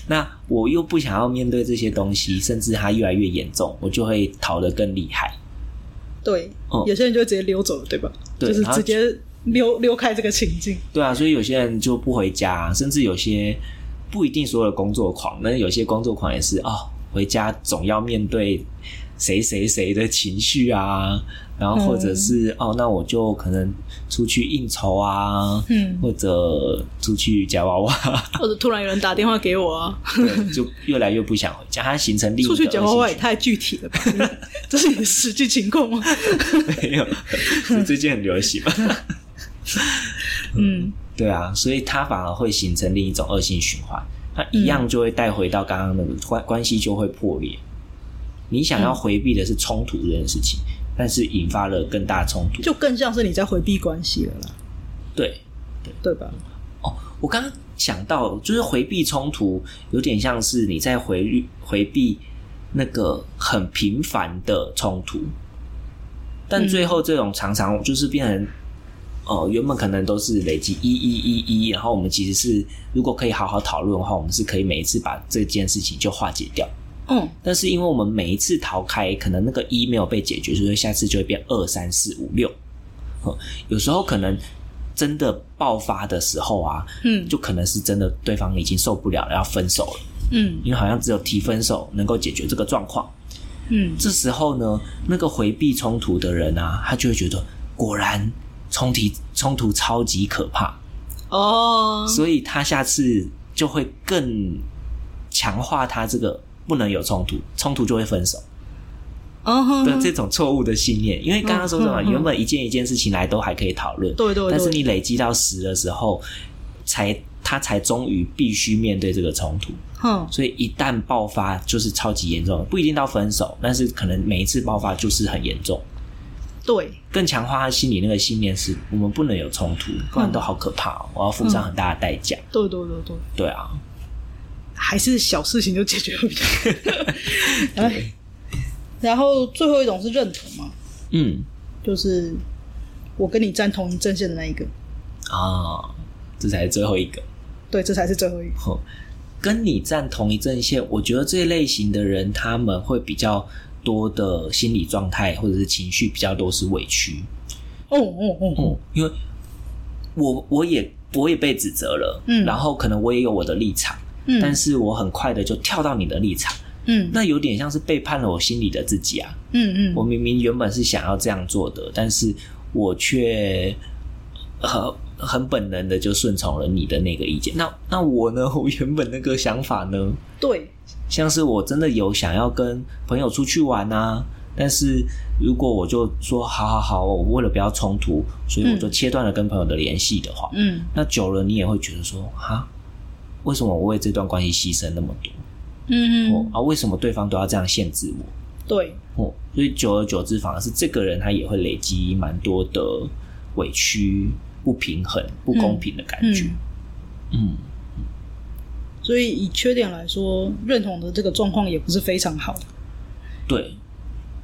Speaker 2: 那我又不想要面对这些东西，甚至它越来越严重，我就会逃得更厉害。
Speaker 1: 对，
Speaker 2: 哦
Speaker 1: 有些人就会直接溜走了，对吧？
Speaker 2: 对
Speaker 1: 就是
Speaker 2: 然后
Speaker 1: 直接溜溜开这个情境。
Speaker 2: 对啊，所以有些人就不回家，甚至有些不一定所有的工作狂，但是有些工作狂也是哦，回家总要面对谁谁谁的情绪啊，然后或者是、
Speaker 1: 嗯
Speaker 2: 哦，那我就可能出去应酬啊，
Speaker 1: 嗯
Speaker 2: 或者出去夹娃 娃，
Speaker 1: 或者突然有人打电话给我啊，
Speaker 2: 对，就越来越不想回家，他形成另一个
Speaker 1: 出去讲话话
Speaker 2: 恶
Speaker 1: 也
Speaker 2: 性
Speaker 1: 太具体了吧？ 这是你的实际情况吗？
Speaker 2: 循环 没有，是最近很流行嘛，
Speaker 1: 嗯，
Speaker 2: 对啊，所以它反而会形成另一种恶性循环，它一样就会带回到刚刚那个关关系就会破裂。你想要回避的是冲突这件事情，但是引发了更大冲突。
Speaker 1: 就更像是你在回避关系了啦，
Speaker 2: 对
Speaker 1: 对吧？
Speaker 2: 哦，我刚刚想到，就是回避冲突，有点像是你在回回避那个很频繁的冲突，但
Speaker 1: 嗯
Speaker 2: 最后这种常常就是变成。哦，原本可能都是累积一一一一，然后我们其实是如果可以好好讨论的话，我们是可以每一次把这件事情就化解掉。
Speaker 1: 嗯，
Speaker 2: 但是因为我们每一次逃开，可能那个一没有被解决，所以下次就会变二三四五六。呵有时候可能真的爆发的时候啊，
Speaker 1: 嗯
Speaker 2: 就可能是真的对方已经受不了了，要分手了，
Speaker 1: 嗯
Speaker 2: 因为好像只有提分手能够解决这个状况。
Speaker 1: 嗯
Speaker 2: 这时候呢，那个回避冲突的人啊，他就会觉得果然冲突冲突超级可怕，
Speaker 1: 哦，
Speaker 2: 所以他下次就会更强化他这个不能有冲突，冲突就会分手
Speaker 1: 嗯哼
Speaker 2: 的
Speaker 1: 哼，
Speaker 2: 这种错误的信念。因为刚刚说什
Speaker 1: 嗯
Speaker 2: 么，
Speaker 1: 嗯嗯
Speaker 2: 原本一件一件事情来都还可以讨论，
Speaker 1: 对对对
Speaker 2: 但是你累积到十的时候，才他才终于必须面对这个冲突。
Speaker 1: 哼，
Speaker 2: 所以一旦爆发就是超级严重的，不一定到分手，但是可能每一次爆发就是很严重，
Speaker 1: 对，
Speaker 2: 更强化他心里那个信念是：我们不能有冲突，不然都好可怕、哦，我要付上很大的代价。
Speaker 1: 对对对对，
Speaker 2: 对啊，
Speaker 1: 还是小事情就解决了 比较好。哎然后最后一种是认同嘛，
Speaker 2: 嗯
Speaker 1: 就是我跟你站同一阵线的那一个，
Speaker 2: 啊，这才是最后一个。
Speaker 1: 对，这才是最后一个。
Speaker 2: 哼跟你站同一阵线，我觉得这类型的人他们会比较多的心理状态或者是情绪比较多是委屈，
Speaker 1: 哦哦哦，
Speaker 2: 嗯，因为我我也我也被指责了，
Speaker 1: 嗯
Speaker 2: 然后可能我也有我的立场，
Speaker 1: 嗯，
Speaker 2: 但是我很快的就跳到你的立场，
Speaker 1: 嗯
Speaker 2: 那有点像是背叛了我心里的自己啊。
Speaker 1: 嗯嗯，
Speaker 2: 我明明原本是想要这样做的，但是我却很很本能的就顺从了你的那个意见。那那我呢？我原本那个想法呢？
Speaker 1: 对，
Speaker 2: 像是我真的有想要跟朋友出去玩啊，但是如果我就说好好好，我为了不要冲突，所以我就切断了跟朋友的联系的话，
Speaker 1: 嗯
Speaker 2: 那久了你也会觉得说啊，为什么我为这段关系牺牲那么多？
Speaker 1: 嗯
Speaker 2: 哦
Speaker 1: 嗯，
Speaker 2: 啊，为什么对方都要这样限制我？
Speaker 1: 对，
Speaker 2: 哦，所以久而久之，反而是这个人他也会累积蛮多的委屈、不平衡、不公平的感觉。
Speaker 1: 嗯。
Speaker 2: 嗯
Speaker 1: 所以以缺点来说，认同的这个状况也不是非常好，
Speaker 2: 对，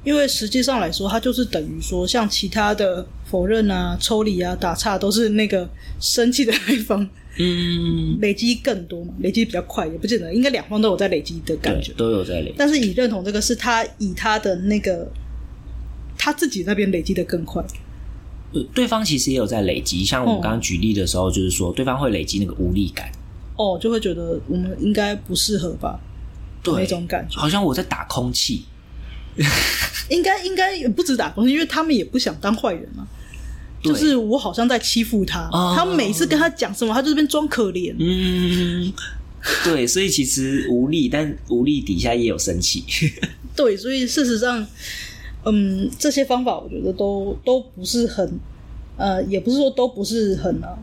Speaker 1: 因为实际上来说，它就是等于说，像其他的否认啊、抽离啊、打岔，都是那个生气的那一方
Speaker 2: 嗯，
Speaker 1: 累积更多嘛，累积比较快，也不见得，应该两方都有在累积的感
Speaker 2: 对
Speaker 1: 觉，。
Speaker 2: 都有在累积。
Speaker 1: 但是以认同这个，是他以他的那个他自己那边累积的更快。
Speaker 2: 呃对方其实也有在累积，像我
Speaker 1: 嗯
Speaker 2: 们刚刚举例的时候，就是说对方会累积那个无力感，
Speaker 1: 哦，就会觉得我们应该不适合吧，
Speaker 2: 对
Speaker 1: 那种感觉。
Speaker 2: 好像我在打空气。
Speaker 1: 应该应该也不止打工，因为他们也不想当坏人嘛。
Speaker 2: 对
Speaker 1: 就是我好像在欺负他，
Speaker 2: 哦
Speaker 1: 他每次跟他讲什么，他就这边装可怜。
Speaker 2: 嗯，对，所以其实无力，但无力底下也有生气。
Speaker 1: 对，所以事实上，嗯，这些方法我觉得都都不是很，呃，也不是说都不是很啊，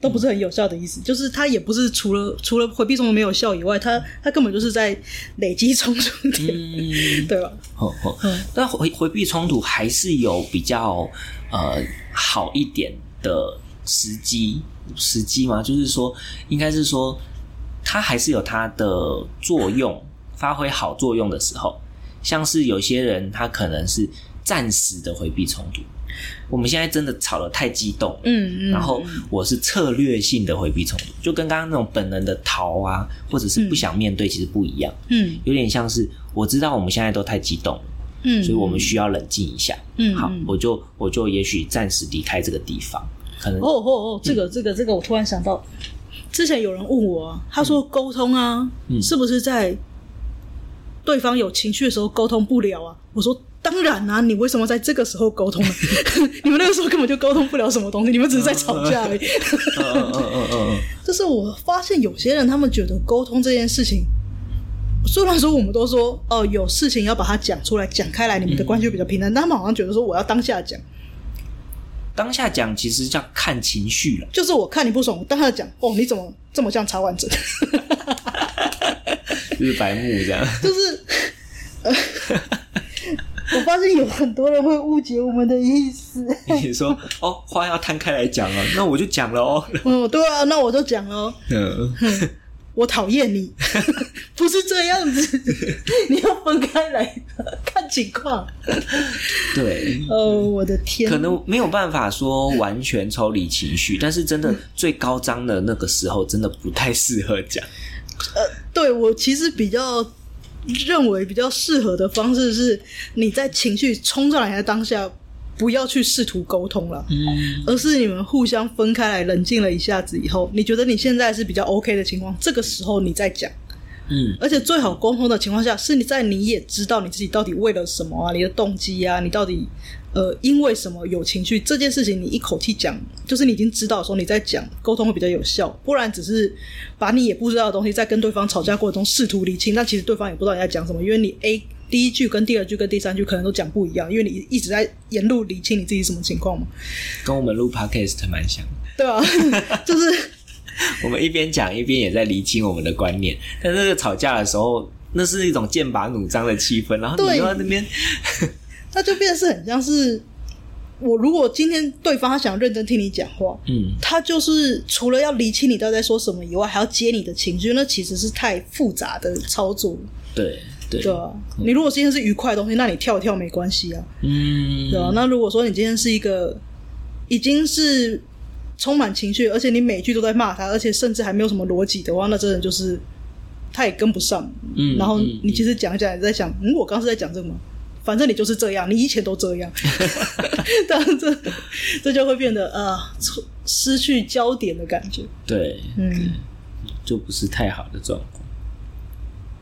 Speaker 1: 都不是很有效的意思。就是他也不是除了除了回避冲突没有效以外，他他根本就是在累积冲突点，
Speaker 2: 嗯，
Speaker 1: 对吧？
Speaker 2: 哦哦
Speaker 1: 嗯，
Speaker 2: 但回回避冲突还是有比较呃好一点的时机时机嘛，就是说，应该是说，它还是有它的作用，发挥好作用的时候，像是有些人他可能是暂时的回避冲突，我们现在真的吵得太激动了。
Speaker 1: 嗯嗯。
Speaker 2: 然后我是策略性的回避冲突，就跟刚刚那种本能的逃啊，或者是不想面对，其实不一样，
Speaker 1: 嗯
Speaker 2: 有点像是我知道我们现在都太激动了，
Speaker 1: 嗯，
Speaker 2: 所以我们需要冷静一下。
Speaker 1: 嗯
Speaker 2: 好
Speaker 1: 嗯，
Speaker 2: 我就我就也许暂时离开这个地方，可能
Speaker 1: 哦哦哦，这个这个这个，我突然想到，之前有人问我啊，他说沟通啊，
Speaker 2: 嗯
Speaker 1: 是不是在对方有情绪的时候沟通不了啊？我说。当然啊，你为什么在这个时候沟通呢？ 你们那个时候根本就沟通不了什么东西，你们只是在吵架而已。
Speaker 2: 嗯嗯嗯嗯嗯，
Speaker 1: 就是我发现有些人他们觉得沟通这件事情，虽然说我们都说哦、有事情要把它讲出来、讲开来，你们的关系会比较平淡，但他们好像觉得说我要当下讲，
Speaker 2: 当下讲其实要看情绪了。
Speaker 1: 就是我看你不爽，我当下讲哦你怎么这么像茶碗蒸？
Speaker 2: 就是白目这样，
Speaker 1: 就是，呃、我发现有很多人会误解我们的意思。
Speaker 2: 你说哦，话要摊开来讲哦，那我就讲了哦。
Speaker 1: 嗯，对啊，那我就讲喽，
Speaker 2: 嗯，
Speaker 1: 我讨厌你，不是这样子， 你要分开来看情况。
Speaker 2: 对，
Speaker 1: 哦，我的天，
Speaker 2: 可能没有办法说完全抽离情绪，但是真的最高涨的那个时候，真的不太适合讲。
Speaker 1: 对我其实比较认为比较适合的方式是，你在情绪冲上来的当下，不要去试图沟通了。
Speaker 2: 嗯，
Speaker 1: 而是你们互相分开来，冷静了一下子以后，你觉得你现在是比较 OK 的情况，这个时候你再讲，
Speaker 2: 嗯，
Speaker 1: 而且最好沟通的情况下，是你在你也知道你自己到底为了什么啊，你的动机啊，你到底呃因为什么有情绪这件事情，你一口气讲，就是你已经知道的时候，你再讲沟通会比较有效。不然只是把你也不知道的东西在跟对方吵架过程中试图理清，但其实对方也不知道你在讲什么，因为你 A 第一句跟第二句跟第三句可能都讲不一样，因为你一直在沿路理清你自己什么情况嘛，
Speaker 2: 跟我们录 podcast 蛮像的。
Speaker 1: 对吧、 就是
Speaker 2: 我们一边讲一边也在厘清我们的观念，但那个吵架的时候，那是一种剑拔弩张的气氛，然后你
Speaker 1: 对
Speaker 2: 又在那边，
Speaker 1: 那就变得是很像是我如果今天对方他想认真听你讲话，
Speaker 2: 嗯，
Speaker 1: 他就是除了要理清你到底在说什么以外，还要接你的情绪，那其实是太复杂的操作，
Speaker 2: 对对，
Speaker 1: 对啊？你如果今天是愉快的东西，那你跳一跳没关系啊，
Speaker 2: 嗯，
Speaker 1: 对啊？那如果说你今天是一个已经是充满情绪，而且你每句都在骂他，而且甚至还没有什么逻辑的话，那真的就是他也跟不上。
Speaker 2: 嗯
Speaker 1: 然后
Speaker 2: 嗯
Speaker 1: 你其实讲一讲，你在想，嗯，我刚刚是在讲这个吗？反正你就是这样，你以前都这 样，但这这就会变得呃错失去焦点的感觉。
Speaker 2: 对，
Speaker 1: 嗯，
Speaker 2: 就不是太好的状况。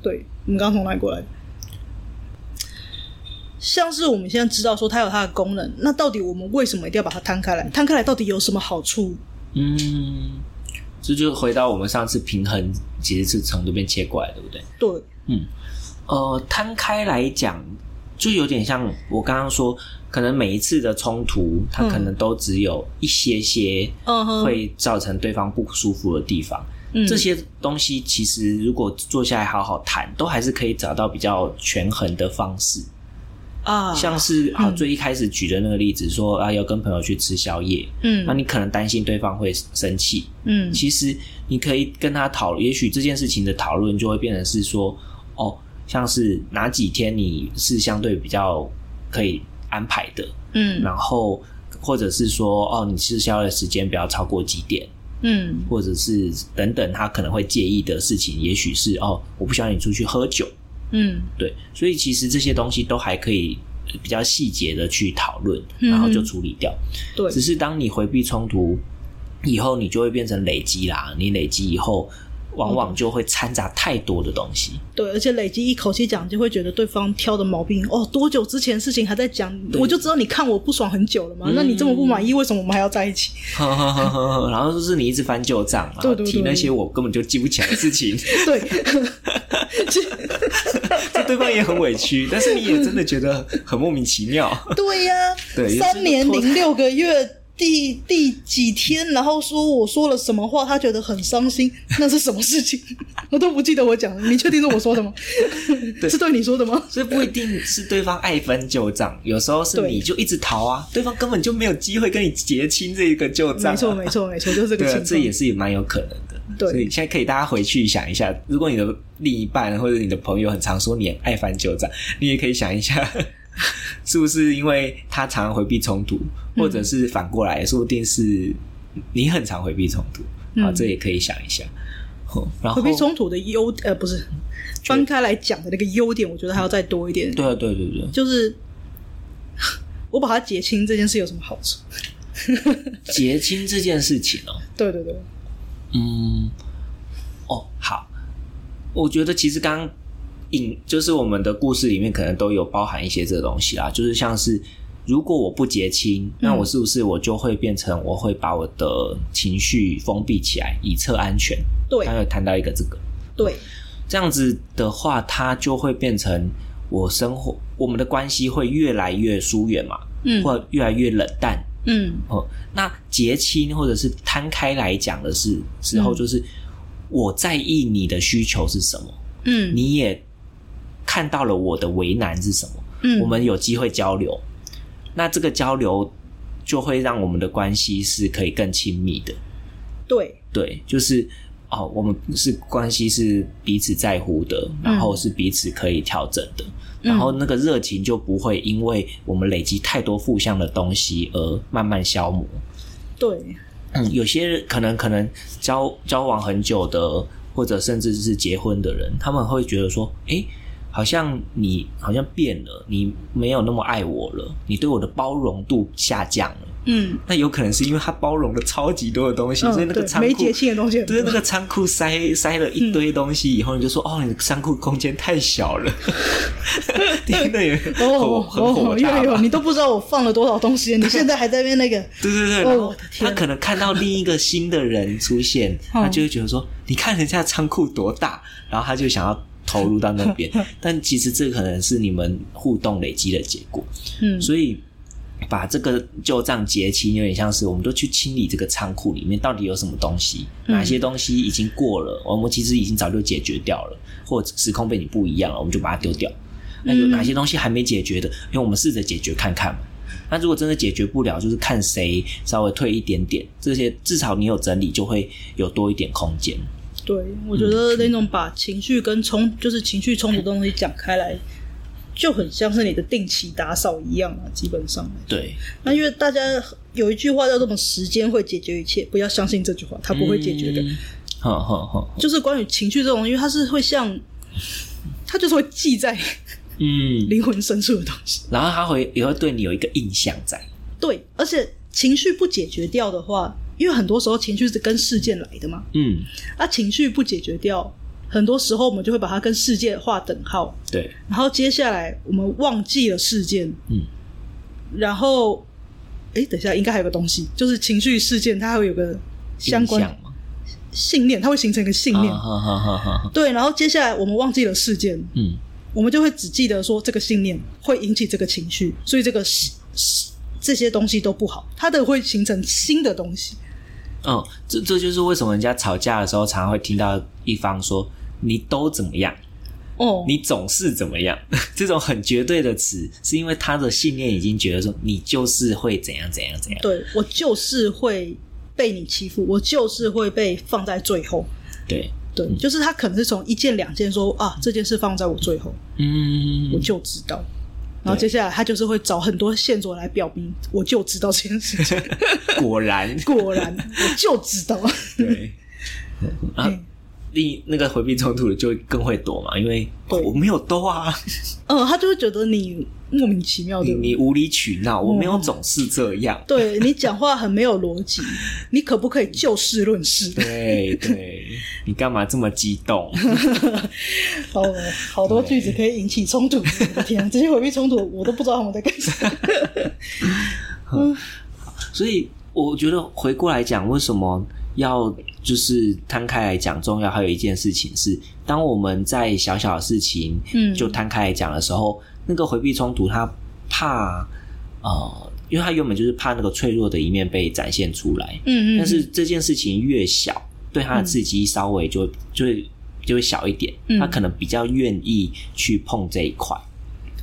Speaker 1: 对，我们刚刚从哪里过来？像是我们现在知道说它有它的功能，那到底我们为什么一定要把它摊开来？摊开来到底有什么好处？
Speaker 2: 嗯，这就回到我们上次平衡，其实是从这边切过来，对不对？
Speaker 1: 对，
Speaker 2: 嗯，呃，摊开来讲，就有点像我刚刚说，可能每一次的冲突，它可能都只有一些些
Speaker 1: 嗯哼，
Speaker 2: 会造成对方不舒服的地方。
Speaker 1: 嗯
Speaker 2: 这些东西其实如果坐下来好好谈，都还是可以找到比较权衡的方式。
Speaker 1: 啊，
Speaker 2: 像是啊，
Speaker 1: 嗯
Speaker 2: 最一开始举的那个例子，说啊要跟朋友去吃宵夜，
Speaker 1: 嗯
Speaker 2: 那你可能担心对方会生气，
Speaker 1: 嗯
Speaker 2: 其实你可以跟他讨论，也许这件事情的讨论就会变成是说，哦，像是哪几天你是相对比较可以安排的，
Speaker 1: 嗯
Speaker 2: 然后或者是说，哦，你吃宵夜的时间不要超过几点，
Speaker 1: 嗯
Speaker 2: 或者是等等他可能会介意的事情，也许是哦，我不喜欢你出去喝酒，
Speaker 1: 嗯
Speaker 2: 对，所以其实这些东西都还可以呃比较细节的去讨论，
Speaker 1: 嗯
Speaker 2: 然后就处理掉。
Speaker 1: 对
Speaker 2: 只是当你回避冲突以后，你就会变成累积啦。你累积以后，往往就会掺杂太多的东 西。
Speaker 1: 对，而且累积一口气讲，就会觉得对方挑的毛病哦，多久之前事情还在讲，我就知道你看我不爽很久了嘛。那你这么不
Speaker 2: 嗯
Speaker 1: 满意，为什么我们还要在一起？
Speaker 2: 然后就是你一直翻旧账，然后
Speaker 1: 对对对
Speaker 2: 提那些我根本就记不起来的事情，
Speaker 1: 对，
Speaker 2: 这对方也很委屈，但是你也真的觉得很莫名其妙。
Speaker 1: 对呀、
Speaker 2: 对有时候
Speaker 1: 三年
Speaker 2: 拖
Speaker 1: 零六个月。第第几天，然后说我说了什么话，他觉得很伤心，那是什么事情？ 我都不记得我讲了。你确定是我说的 吗？是对你说的吗？
Speaker 2: 所以不一定是对方爱翻旧账，有时候是
Speaker 1: 对
Speaker 2: 你就一直逃啊，对方根本就没有机会跟你结清这个旧账、啊。
Speaker 1: 没错，没错，没错，就是这个
Speaker 2: 对
Speaker 1: 情
Speaker 2: 啊
Speaker 1: 况。，
Speaker 2: 这也是也蛮有可能的。
Speaker 1: 对
Speaker 2: 所以现在可以大家回去想一下，如果你的另一半或者你的朋友很常说你很爱翻旧账，你也可以想一下， 是不是因为他常常回避冲突，或者是反过来，说不定是你很常回避冲突。啊，
Speaker 1: 嗯
Speaker 2: 这也可以想一下。哦然后
Speaker 1: 回避冲突的优呃不是翻开来讲的那个优点，我觉得还要再多一点。
Speaker 2: 对啊，对对对，
Speaker 1: 就是我把它结清这件事有什么好处？
Speaker 2: 结清这件事情哦，
Speaker 1: 对对对，
Speaker 2: 嗯，哦，好，我觉得其实刚刚引就是我们的故事里面可能都有包含一些这个东西啦，就是像是如果我不结清，那我是不是我就会变成我会把我的情绪封闭起来，以测安全？
Speaker 1: 对
Speaker 2: 刚刚有谈到一个这个，
Speaker 1: 对，
Speaker 2: 呃这样子的话，它就会变成我生活我们的关系会越来越疏远嘛，
Speaker 1: 嗯
Speaker 2: 或越来越冷淡，
Speaker 1: 嗯
Speaker 2: 哦，那结清或者是摊开来讲的是时候，
Speaker 1: 嗯
Speaker 2: 就是我在意你的需求是什么，
Speaker 1: 嗯，
Speaker 2: 你也看到了我的为难是什么，
Speaker 1: 嗯
Speaker 2: 我们有机会交流，那这个交流就会让我们的关系是可以更亲密的。
Speaker 1: 对
Speaker 2: 对，就是哦，我们是关系是彼此在乎的，然后是彼此可以调整的，
Speaker 1: 嗯
Speaker 2: 然后那个热情就不会因为我们累积太多负向的东西而慢慢消磨。
Speaker 1: 对
Speaker 2: 嗯，有些人可能可能交交往很久的，或者甚至是结婚的人，他们会觉得说，诶，好像你好像变了，你没有那么爱我了，你对我的包容度下降了。
Speaker 1: 嗯，
Speaker 2: 那有可能是因为他包容了超级多的东西，
Speaker 1: 嗯
Speaker 2: 所以那个
Speaker 1: 对
Speaker 2: 仓
Speaker 1: 没
Speaker 2: 库
Speaker 1: 节庆的东西很多
Speaker 2: 对，那个仓库塞塞了一堆东西以后，你就说哦，你的仓库空间太 小了， 听的也很火
Speaker 1: 哦
Speaker 2: 很
Speaker 1: 哦
Speaker 2: 火
Speaker 1: 哦，又
Speaker 2: 大
Speaker 1: 有
Speaker 2: 吧？
Speaker 1: 你都不知道我放了多少东西，你现在还在那边那 个，
Speaker 2: 对对
Speaker 1: 哦
Speaker 2: 对，然后
Speaker 1: 我的天
Speaker 2: 他可能看到另一个新的人出现，
Speaker 1: 嗯
Speaker 2: 他就会觉得说，你看人家仓库多大，然后他就想要投入到那 边，但其实这可能是你们互动累积的结果。
Speaker 1: 嗯，
Speaker 2: 所以把这个旧账结清，有点像是我们都去清理这个仓库里面到底有什么东西，
Speaker 1: 嗯
Speaker 2: 哪些东西已经过了，我们其实已经早就解决掉了，或者时空背景不一样了，我们就把它丢掉。那有
Speaker 1: 嗯
Speaker 2: 哪些东西还没解决的，因为我们试着解决看看嘛。那如果真的解决不了，就是看谁稍微退一点点，这些至少你有整理，就会有多一点空间。
Speaker 1: 对，我觉得那种把情绪跟冲，
Speaker 2: 嗯
Speaker 1: 就是情绪冲突的东西讲开来，就很像是你的定期打扫一样啊，基本上来说。
Speaker 2: 对，
Speaker 1: 那因为大家有一句话叫做“什么时间会解决一切”，不要相信这句话，它不会解决的。
Speaker 2: 嗯。好好好，
Speaker 1: 就是关于情绪这种，因为它是会像，它就是会记在
Speaker 2: 嗯，
Speaker 1: 灵魂深处的东西。
Speaker 2: 然后他会也会对你有一个印象在，
Speaker 1: 对，而且情绪不解决掉的话，因为很多时候情绪是跟事件来的嘛，
Speaker 2: 嗯，
Speaker 1: 啊，情绪不解决掉，很多时候我们就会把它跟事件划等号。
Speaker 2: 对，
Speaker 1: 然后接下来我们忘记了事件，
Speaker 2: 嗯，
Speaker 1: 然后，哎，等一下，应该还有个东西，就是情绪事件，它会有个相
Speaker 2: 印
Speaker 1: 关
Speaker 2: 象嘛
Speaker 1: 信念，它会形成一个信念。
Speaker 2: 啊哈哈哈哈哈
Speaker 1: 对，然后接下来我们忘记了事件，
Speaker 2: 嗯，
Speaker 1: 我们就会只记得说这个信念会引起这个情绪，所以这个是是这些东西都不好，它的会形成新的东西。
Speaker 2: 嗯，这这就是为什么人家吵架的时候，常常会听到一方说“你都怎么样，
Speaker 1: 哦，
Speaker 2: 你总是怎么样” 这种很绝对的词，是因为他的信念已经觉得说你就是会怎样怎样怎样。
Speaker 1: 对我就是会被你欺负，我就是会被放在最后。
Speaker 2: 对，
Speaker 1: 对，就是他可能是从一件两件说啊，这件事放在我最后，
Speaker 2: 嗯
Speaker 1: 我，就知道。然后接下来他就是会找很多线索来表明，我就知道这件事情。
Speaker 2: 果然，
Speaker 1: 果然，我就知 道。
Speaker 2: 对。然后
Speaker 1: 嗯
Speaker 2: 另那个回避冲突的就更会躲嘛，因为
Speaker 1: 对
Speaker 2: 我没有兜啊，
Speaker 1: 嗯，他就会觉得你莫名其妙
Speaker 2: 你
Speaker 1: 的，
Speaker 2: 你无理取闹，我没有总是这样。
Speaker 1: 对你讲话很没有逻辑。 你可不可以就事论事？
Speaker 2: 对对，你干嘛这么激动？
Speaker 1: 好，好多句子可以引起冲突。我的天啊，这些回避冲突我都不知道他们在干什么。
Speaker 2: 所以我觉得回过来讲，为什么要就是摊开来讲重要？还有一件事情是，当我们在小小的事情，
Speaker 1: 嗯
Speaker 2: 就摊开来讲的时候，那个回避冲突，他怕呃，因为他原本就是怕那个脆弱的一面被展现出来，
Speaker 1: 嗯
Speaker 2: 但是这件事情越小，对他的刺激稍微就就会就会小一点，
Speaker 1: 嗯
Speaker 2: 他可能比较愿意去碰这一块。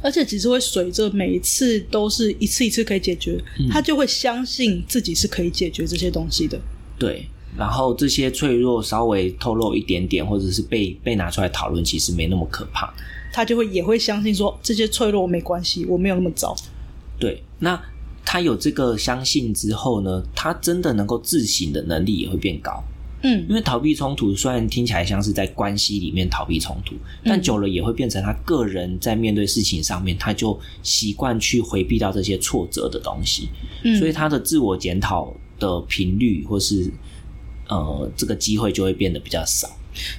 Speaker 1: 而且其实会随着每一次都是一次一次可以解决，他就会相信自己是可以解决这些东西的。
Speaker 2: 对，然后这些脆弱稍微透露一点点，或者是被被拿出来讨论，其实没那么可怕。
Speaker 1: 他就会也会相信说这些脆弱没关系，我没有那么糟。
Speaker 2: 对，那他有这个相信之后呢，他真的能够自省的能力也会变高。
Speaker 1: 嗯
Speaker 2: 因为逃避冲突虽然听起来像是在关系里面逃避冲突，但久了也会变成他个人在面对事情上面，他就习惯去回避到这些挫折的东西。
Speaker 1: 嗯，
Speaker 2: 所以他的自我检讨的频率或是呃这个机会就会变得比较少。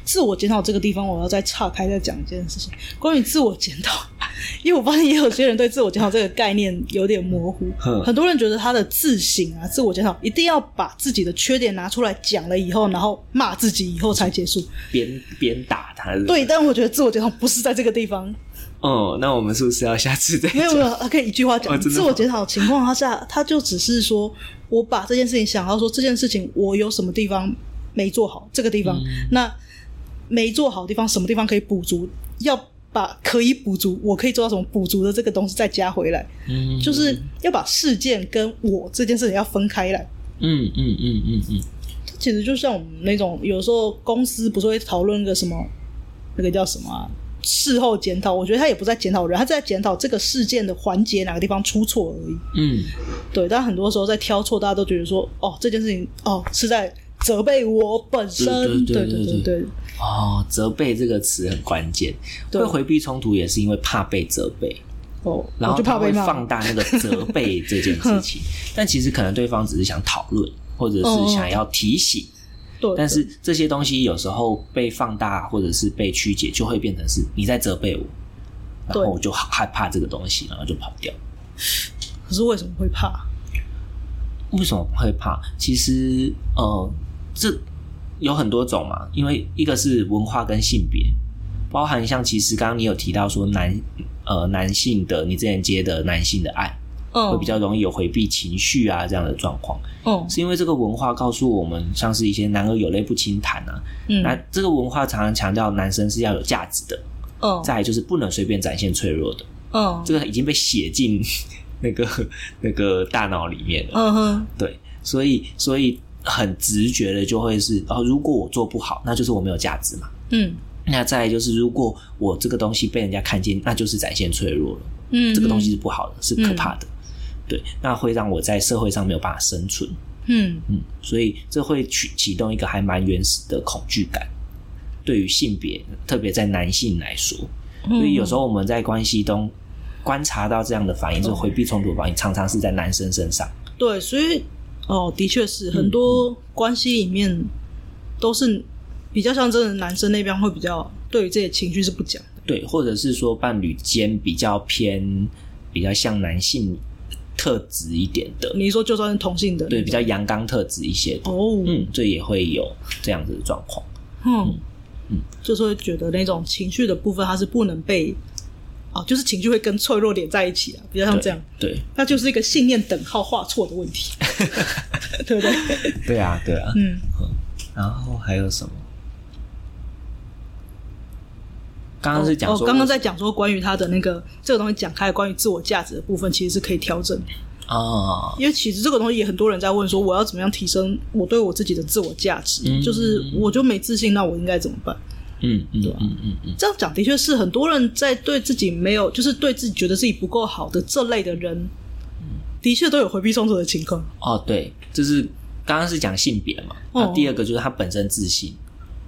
Speaker 1: 自我检讨这个地方，我要再岔开再讲一件事情，关于自我检讨， 因为我发现也有些人对自我检讨这个概念有点模糊
Speaker 2: 哼，
Speaker 1: 很多人觉得他的自省啊、自我检讨一定要把自己的缺点拿出来讲了以后，然后骂自己以后才结束。
Speaker 2: 鞭鞭打他的。
Speaker 1: 对，，但我觉得自我检讨不是在这个地方，
Speaker 2: 嗯，那我们是不是要下次再
Speaker 1: 没有
Speaker 2: 讲
Speaker 1: 没有，他可以一句话
Speaker 2: 哦
Speaker 1: 讲。
Speaker 2: 真的吗
Speaker 1: 自我检讨情况他下，他就只是说我把这件事情想要说这件事情我有什么地方没做好，这个地方、
Speaker 2: 嗯
Speaker 1: 那没做好的地方，什么地方可以补足，要把可以补足，我可以做到什么补足的这个东西再加回来，
Speaker 2: 嗯，
Speaker 1: 就是要把事件跟我这件事情要分开来。
Speaker 2: 嗯嗯嗯嗯嗯，
Speaker 1: 它其实就像我们那种有时候公司不是会讨论个什么那个叫什么、啊、事后检讨，我觉得他也不在检讨人，他在检讨这个事件的环节哪个地方出错而已。
Speaker 2: 嗯，
Speaker 1: 对，但很多时候在挑错，大家都觉得说，哦，这件事情哦是在责备我本身，
Speaker 2: 对对
Speaker 1: 对
Speaker 2: 对对
Speaker 1: 对，
Speaker 2: 哦，责备这个词很关键，
Speaker 1: 对
Speaker 2: 会回避冲突也是因为怕被责备，
Speaker 1: 哦，
Speaker 2: 然
Speaker 1: 我
Speaker 2: 后
Speaker 1: 就怕
Speaker 2: 他
Speaker 1: 被
Speaker 2: 会
Speaker 1: 骂。
Speaker 2: 放大那个责备这件事 情，但其实可能对方只是想讨论，或者
Speaker 1: 哦
Speaker 2: 是想要提醒，
Speaker 1: 对，
Speaker 2: 但是这些东西有时候被放大或者是被曲解，就会变成是你在责备我，然
Speaker 1: 对
Speaker 2: 后我就好害怕这个东西，然后就跑掉。
Speaker 1: 可是为什么会怕？
Speaker 2: 为什么会怕？其实呃，这有很多种嘛，因为一个是文化跟性别，包含像其实刚刚你有提到说男呃男性的你之前接的男性的案，
Speaker 1: 嗯，
Speaker 2: 会比较容易有回避情绪啊这样的状况，
Speaker 1: 嗯
Speaker 2: 是因为这个文化告诉我们，像是一些男儿有泪不轻弹啊，那
Speaker 1: 嗯
Speaker 2: 这个文化常常强调男生是要有价值的，
Speaker 1: 嗯
Speaker 2: 再来就是不能随便展现脆弱的，
Speaker 1: 嗯
Speaker 2: 这个已经被写进那个那个大脑里面了。
Speaker 1: 嗯哼
Speaker 2: 对，所以所以很直觉的就会是哦，如果我做不好，那就是我没有价值嘛。
Speaker 1: 嗯
Speaker 2: 那再来就是，如果我这个东西被人家看见，那就是展现脆弱了。
Speaker 1: 嗯，
Speaker 2: 这个东西是不好的，是可怕的。对，那会让我在社会上没有办法生存。
Speaker 1: 嗯
Speaker 2: 嗯，所以这会启启动一个还蛮原始的恐惧感，对于性别，特别在男性来说。
Speaker 1: 嗯，
Speaker 2: 所以有时候我们在关系中观察到这样的反
Speaker 1: 嗯
Speaker 2: 应，就是回避冲突的反应，常常是在男生身上。
Speaker 1: 对，所以哦，的确是
Speaker 2: 嗯
Speaker 1: 很多关系里面都是比较像真的男生那边会比较对于这些情绪是不讲的，
Speaker 2: 对，或者是说伴侣间比较偏比较像男性特质一点的，
Speaker 1: 你说就算是同性的，
Speaker 2: 对，比较阳刚特质一些的，
Speaker 1: 哦，
Speaker 2: 嗯，这也会有这样子的状况。
Speaker 1: 嗯
Speaker 2: 嗯，
Speaker 1: 就是会觉得那种情绪的部分它是不能被哦，就是情绪会跟脆弱连在一起啊，比较像
Speaker 2: 对
Speaker 1: 这样，
Speaker 2: 对，
Speaker 1: 那就是一个信念等号画错的问题，对不对？
Speaker 2: 对啊，对啊。
Speaker 1: 嗯，
Speaker 2: 然后还有什么？刚刚是讲
Speaker 1: 哦，
Speaker 2: 说，
Speaker 1: 刚刚在讲说关于他的那个这个东西讲开，关于自我价值的部分，其实是可以调整的。
Speaker 2: 啊，
Speaker 1: 因为其实这个东西也很多人在问说，我要怎么样提升我对我自己的自我价值？
Speaker 2: 嗯
Speaker 1: 就是我就没自信，那我应该怎么办？
Speaker 2: 嗯嗯
Speaker 1: 啊
Speaker 2: 嗯嗯嗯，
Speaker 1: 这样讲的确是很多人在对自己没有，就是对自己觉得自己不够好的这类的人，的确都有回避冲突的情况。
Speaker 2: 哦，对，就是刚刚是讲性别嘛，
Speaker 1: 哦
Speaker 2: 那第二个就是他本身自信，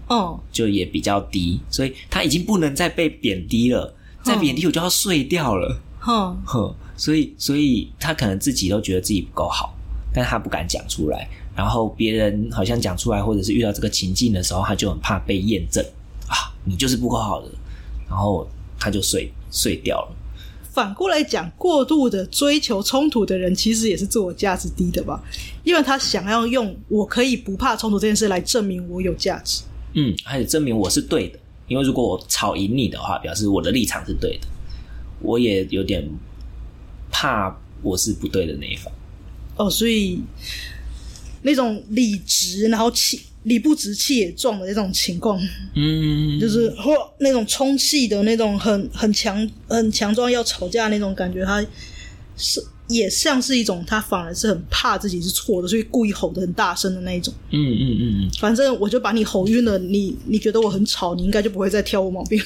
Speaker 1: 哦，
Speaker 2: 就也比较低，所以他已经不能再被贬低了，再
Speaker 1: 哦
Speaker 2: 贬低我就要碎掉了。
Speaker 1: 哼，
Speaker 2: 哼，所以所以他可能自己都觉得自己不够好，但他不敢讲出来。然后别人好像讲出来，或者是遇到这个情境的时候，他就很怕被验证啊，你就是不够好的，然后他就碎碎掉了。
Speaker 1: 反过来讲，过度的追求冲突的人，其实也是自我价值低的吧？因为他想要用我可以不怕冲突这件事来证明我有价值。
Speaker 2: 嗯，而且证明我是对的，因为如果我吵赢你的话，表示我的立场是对的。我也有点怕我是不对的那一方。
Speaker 1: 哦，所以那种理直然后气理不直气也壮的那种情况，
Speaker 2: 嗯，
Speaker 1: 就是或那种冲气的那种很很强很强壮要吵架那种感觉，他是也像是一种他反而是很怕自己是错的，所以故意吼的很大声的那一种。
Speaker 2: 嗯嗯嗯嗯，
Speaker 1: 反正我就把你吼晕了，你你觉得我很吵，你应该就不会再挑我毛病，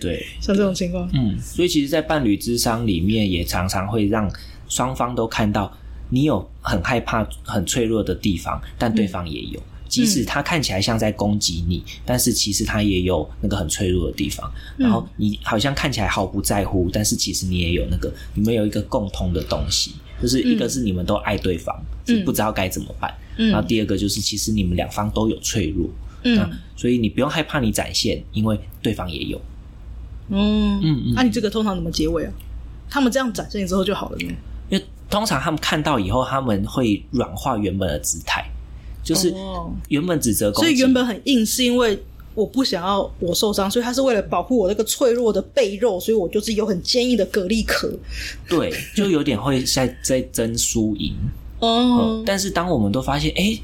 Speaker 2: 对，
Speaker 1: 像这种情况。
Speaker 2: 嗯，所以其实，在伴侣之商里面，也常常会让双方都看到你有很害怕、很脆弱的地方，但对方也有。即使他看起来像在攻击你，但是其实他也有那个很脆弱的地方。然后你好像看起来毫不在乎，但是其实你也有那个，你们有一个共通的东西，就是一个是你们都爱对方，
Speaker 1: 嗯
Speaker 2: 是不知道该怎么办。
Speaker 1: 嗯
Speaker 2: 然后第二个就是，其实你们两方都有脆弱，
Speaker 1: 嗯
Speaker 2: 那所以你不用害怕你展现，因为对方也有。
Speaker 1: 嗯
Speaker 2: 嗯嗯
Speaker 1: 那、你这个通常怎么结尾啊？他们这样展现之后就好了呢？
Speaker 2: 因为通常他们看到以后，他们会软化原本的姿态，就是
Speaker 1: 哦
Speaker 2: 原本指责攻
Speaker 1: 所
Speaker 2: 击，
Speaker 1: 以原本很硬，是因为我不想要我受伤，所以他是为了保护我那个脆弱的背肉，所以我就是有很坚硬的蛤蜊壳。
Speaker 2: 对，就有点会在在争输赢。
Speaker 1: 哦
Speaker 2: 嗯，但是当我们都发现，哎，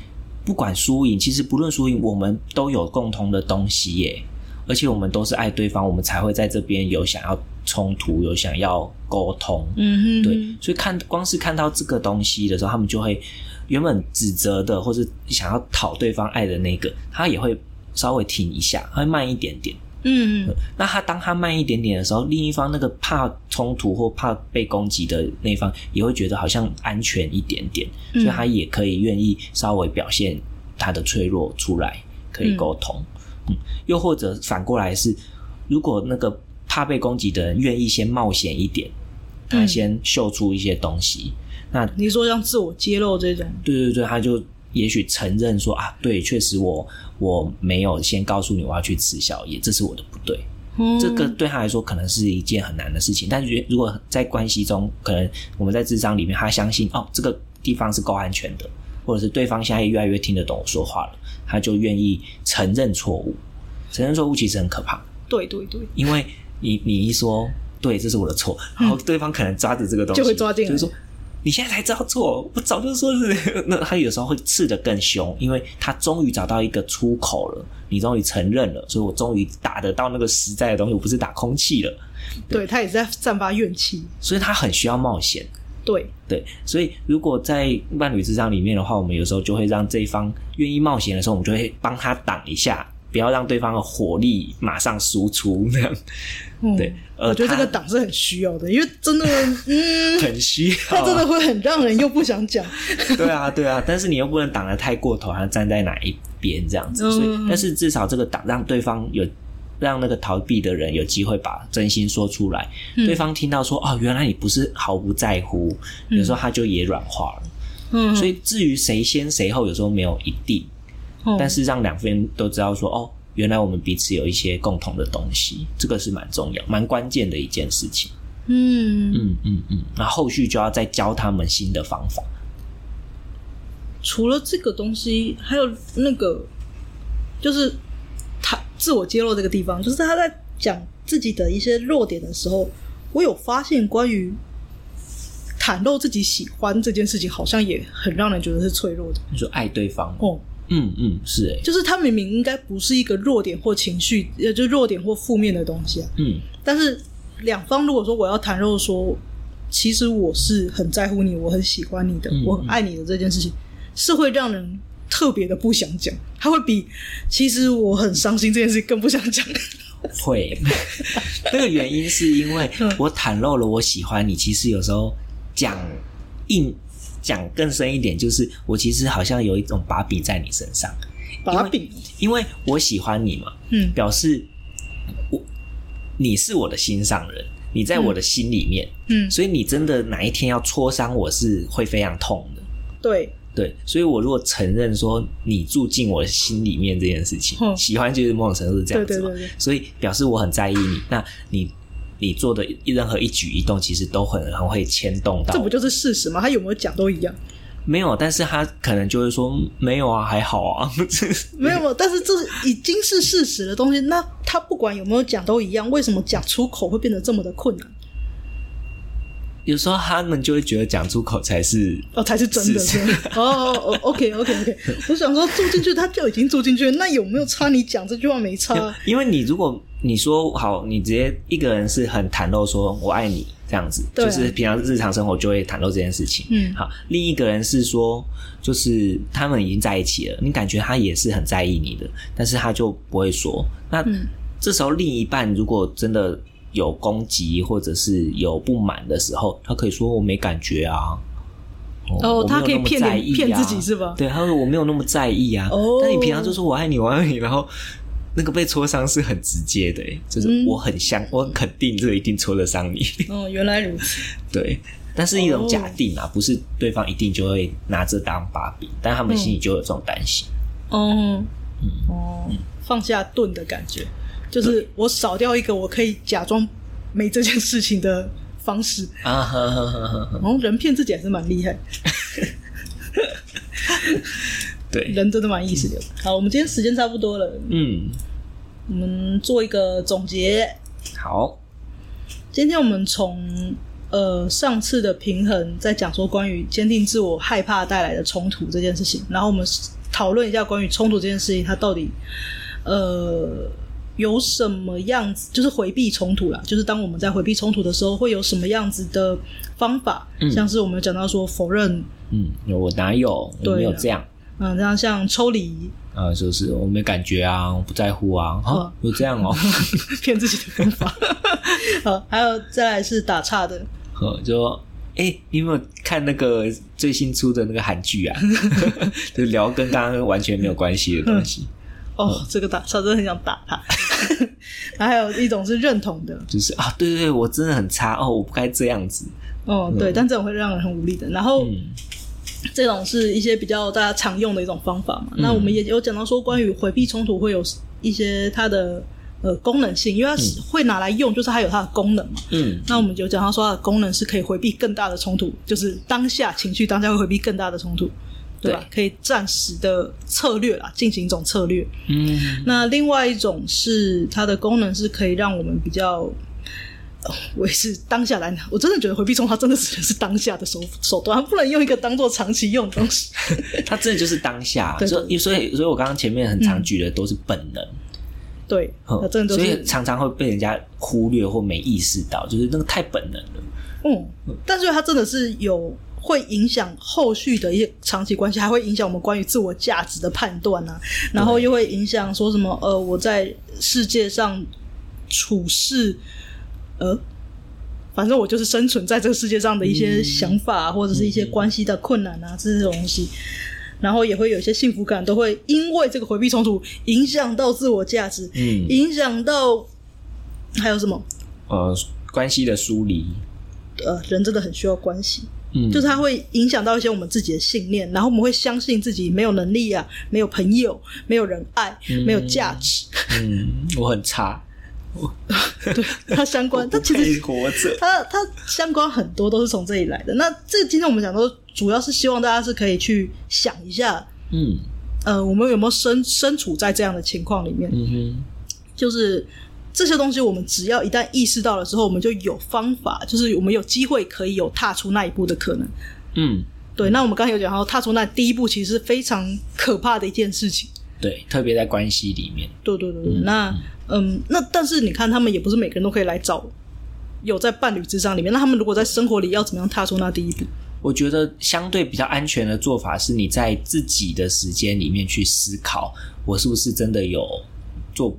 Speaker 2: 不管输赢，其实不论输赢，我们都有共同的东西耶，而且我们都是爱对方，我们才会在这边有想要冲突，有想要沟通。
Speaker 1: 嗯哼，
Speaker 2: 对，所以看光是看到这个东西的时候，他们就会原本指责的或是想要讨对方爱的那个，他也会稍微停一下，他会慢一点点。
Speaker 1: 嗯，
Speaker 2: 那他当他慢一点点的时候，另一方那个怕冲突或怕被攻击的那一方也会觉得好像安全一点点，
Speaker 1: 嗯
Speaker 2: 所
Speaker 1: 嗯
Speaker 2: 以他也可以愿意稍微表现他的脆弱出来，可以沟通。嗯又或者反过来是，如果那个怕被攻击的人愿意先冒险一点，他
Speaker 1: 嗯
Speaker 2: 先秀出一些东西，那
Speaker 1: 你说像自我揭露这种，
Speaker 2: 对对对，他就也许承认说啊，对，确实我我没有先告诉你我要去吃宵夜，这是我的不对。
Speaker 1: 嗯、
Speaker 2: 这个对他来说可能是一件很难的事情，但是如果在关系中，可能我们在智商里面，他相信哦，这个地方是够安全的，或者是对方现在也越来越听得懂我说话了，他就愿意承认错误。承认错误其实很可怕，
Speaker 1: 对对对，
Speaker 2: 因为你你一说对，这是我的错，然后对方可能抓着这个东西
Speaker 1: 嗯就会抓进来
Speaker 2: 就是说你现在才知道错，我早就说是那他有时候会刺得更凶，因为他终于找到一个出口了，你终于承认了，所以我终于打得到那个实在的东西，我不是打空气了，
Speaker 1: 对他也是在散发怨气，
Speaker 2: 所以他很需要冒险。
Speaker 1: 对，
Speaker 2: 对，所以如果在伴侣之上里面的话，我们有时候就会让这一方愿意冒险的时候，我们就会帮他挡一下，不要让对方的火力马上输出那样。
Speaker 1: 嗯、
Speaker 2: 对呃
Speaker 1: 我觉得这个
Speaker 2: 他
Speaker 1: 党是很需要的，因为真的， 嗯，
Speaker 2: 很需要，
Speaker 1: 他 真的会很让人又不想讲，
Speaker 2: 对啊，对啊，但是你又不能挡得太过头，还站在哪一边这样子，所以
Speaker 1: 嗯
Speaker 2: 但是至少这个挡让对方有让那个逃避的人有机会把真心说出来，
Speaker 1: 嗯
Speaker 2: 对方听到说哦，原来你不是毫不在乎，
Speaker 1: 嗯
Speaker 2: 有时候他就也软化了。
Speaker 1: 嗯，
Speaker 2: 所以至于谁先谁后，有时候没有一定，
Speaker 1: 嗯
Speaker 2: 但是让两边都知道说哦，原来我们彼此有一些共同的东西，这个是蛮重要、蛮关键的一件事情。
Speaker 1: 嗯，
Speaker 2: 嗯嗯嗯，那后续就要再教他们新的方法。
Speaker 1: 除了这个东西，还有那个就是他自我揭露这个地方，就是他在讲自己的一些弱点的时候，我有发现关于袒露自己喜欢这件事情，好像也很让人觉得是脆弱的
Speaker 2: 你说爱对方吗
Speaker 1: 哦。
Speaker 2: 嗯嗯，是哎、
Speaker 1: 就是他明明应该不是一个弱点或情绪，呃，就弱点或负面的东西啊。
Speaker 2: 嗯
Speaker 1: 但是两方如果说我要袒露说，其实我是很在乎你，我很喜欢你的，
Speaker 2: 嗯
Speaker 1: 我很爱你的这件事情，是会让人特别的不想讲，它会比其实我很伤心这件事更不想讲。
Speaker 2: 会。 那个原因是因为
Speaker 1: 嗯
Speaker 2: 我袒露了我喜欢你，其实有时候讲硬讲更深一点，就是我其实好像有一种把柄在你身上，
Speaker 1: 把柄，
Speaker 2: 因为我喜欢你嘛，
Speaker 1: 嗯
Speaker 2: 表示我你是我的心上人，你在我的心里面，
Speaker 1: 嗯，
Speaker 2: 所以你真的哪一天要戳伤我是会非常痛的。
Speaker 1: 对，
Speaker 2: 对，所以我如果承认说你住进我心里面这件事情，
Speaker 1: 嗯
Speaker 2: 喜欢就是某种程度是这样子嘛，
Speaker 1: 对对对对
Speaker 2: 所以表示我很在意你，那你你做的任何一举一动，其实都很很会牵动到
Speaker 1: 这。不就是事实吗？他有没有讲都一样，
Speaker 2: 没有，但是他可能就会说嗯没有啊，还好啊，
Speaker 1: 没有没有，但是这已经是事实的东西，那他不管有没有讲都一样，为什么讲出口会变得这么的困难？
Speaker 2: 有时候他们就会觉得讲出口才是
Speaker 1: 哦，才是真的。
Speaker 2: 是
Speaker 1: 是哦哦，OK OK OK，我想说住进去，他就已经住进去了，那有没有差？你讲这句话没差？
Speaker 2: 因为你如果你说好，你直接一个人是很袒露说“我爱你”这样子，
Speaker 1: 对啊
Speaker 2: 就是平常日常生活就会袒露这件事情。
Speaker 1: 嗯
Speaker 2: 好，另一个人是说，就是他们已经在一起了，你感觉他也是很在意你的，但是他就不会说。那、
Speaker 1: 嗯
Speaker 2: 这时候另一半如果真的有攻击或者是有不满的时候，他可以说“我没感觉啊”
Speaker 1: 哦
Speaker 2: 我没有
Speaker 1: 他可以
Speaker 2: 那么
Speaker 1: 骗你
Speaker 2: 在意
Speaker 1: 骗自
Speaker 2: 啊
Speaker 1: 己是吧
Speaker 2: 对，他说我没有那么在意啊。
Speaker 1: 哦
Speaker 2: 但你平常就说我爱你，我爱你，然后那个被戳伤是很直接的、欸就是
Speaker 1: 嗯
Speaker 2: 我很相，我很肯定这个一定戳得伤你。
Speaker 1: 哦，原来如此。
Speaker 2: 对，但是一种假定啊，不是对方一定就会拿这当把柄，但他们心里就有这种担心。
Speaker 1: 哦哦，放下盾的感觉，就是我少掉一个我可以假装没这件事情的方式。
Speaker 2: 啊呵呵呵呵呵，
Speaker 1: 然后人骗自己还是蛮厉害，
Speaker 2: 对，
Speaker 1: 人真的蛮意识流。好，我们今天时间差不多了，
Speaker 2: 嗯，
Speaker 1: 我们做一个总结。
Speaker 2: 好，
Speaker 1: 今天我们从呃上次的平衡，在讲说关于坚定自我害怕带来的冲突这件事情，然后我们讨论一下关于冲突这件事情，它到底呃有什么样子，就是回避冲突啦，就是当我们在回避冲突的时候，会有什么样子的方法？
Speaker 2: 嗯
Speaker 1: 像是我们有讲到说否认，
Speaker 2: 嗯，我哪有我
Speaker 1: 对
Speaker 2: 没有
Speaker 1: 啊
Speaker 2: 这样。
Speaker 1: 嗯、这样像抽离，
Speaker 2: 啊、就是我没感觉啊，我不在乎啊，啊
Speaker 1: 哦，
Speaker 2: 有这样哦，
Speaker 1: 骗自己的方法，好，还有再来是打岔的，
Speaker 2: 呃，就说，哎、你有没有看那个 最新出的那个韩剧啊？就聊跟刚刚完全没有关系的东西。
Speaker 1: 哦，这个打他真的很想打他。 然后还有一种是认同的，
Speaker 2: 就是啊，对对对，我真的很差哦，我不该这样子。
Speaker 1: 哦，对，但这种会让人很无力的。然后、
Speaker 2: 嗯
Speaker 1: 这种是一些比较大家常用的一种方法嘛。
Speaker 2: 嗯
Speaker 1: 那我们也有讲到说，关于回避冲突会有一些它的呃功能性，因为它是会拿来用，就是它有它的功能嘛。
Speaker 2: 嗯
Speaker 1: 那我们就讲到说，它的功能是可以回避更大的冲突，就是当下情绪当下会回避更大的冲突，对吧？可以暂时的策略啦，进行一种策略。
Speaker 2: 嗯
Speaker 1: 那另外一种是它的功能是可以让我们比较，呃我也是当下来拿，我真的觉得回避冲它真的只能是当下的手手段，它不能用一个当做长期用的东西。
Speaker 2: 他真的就是当下，
Speaker 1: 对对
Speaker 2: 所以所以所以我刚刚前面很常举的都是本能，
Speaker 1: 对，
Speaker 2: 嗯
Speaker 1: 它真的都
Speaker 2: 所
Speaker 1: 是
Speaker 2: 以常常会被人家忽略或没意识到，就是那个太本能了。
Speaker 1: 嗯，但是它真的是有会影响后续的一些长期关系，还会影响我们关于自我价值的判断啊，然后又会影响说什么呃，我在世界上处事呃。反正我就是生存在这个世界上的一些
Speaker 2: 嗯
Speaker 1: 想法、或者是一些关系的困难啊，这些东西，然后也会有一些幸福感，都会因为这个回避冲突影响到自我价值，
Speaker 2: 嗯
Speaker 1: 影响到还有什么？
Speaker 2: 呃，关系的疏离，
Speaker 1: 呃，人真的很需要关系，
Speaker 2: 嗯，
Speaker 1: 就是它会影响到一些我们自己的信念，然后我们会相信自己没有能力啊，没有朋友，没有人爱，没有价值。
Speaker 2: 嗯，我很差，
Speaker 1: 它相关，它其
Speaker 2: 可以
Speaker 1: 实
Speaker 2: 活着。
Speaker 1: 它它相关很多都是从这里来的。那这个今天我们讲的主要是希望大家是可以去想一下，
Speaker 2: 嗯
Speaker 1: 呃，我们有没有身身处在这样的情况里面？
Speaker 2: 嗯哼，
Speaker 1: 就是这些东西，我们只要一旦意识到了之后，我们就有方法，就是我们有机会可以有踏出那一步的可能。
Speaker 2: 嗯，
Speaker 1: 对，那我们刚才有讲到，踏出那第一步其实是非常可怕的一件事情。
Speaker 2: 对，特别在关系里面，
Speaker 1: 对对对，对，那嗯，那但是你看，他们也不是每个人都可以来找有在伴侣之上里面。那他们如果在生活里要怎么样踏出那第一步？
Speaker 2: 我觉得相对比较安全的做法是，你在自己的时间里面去思考，我是不是真的有做，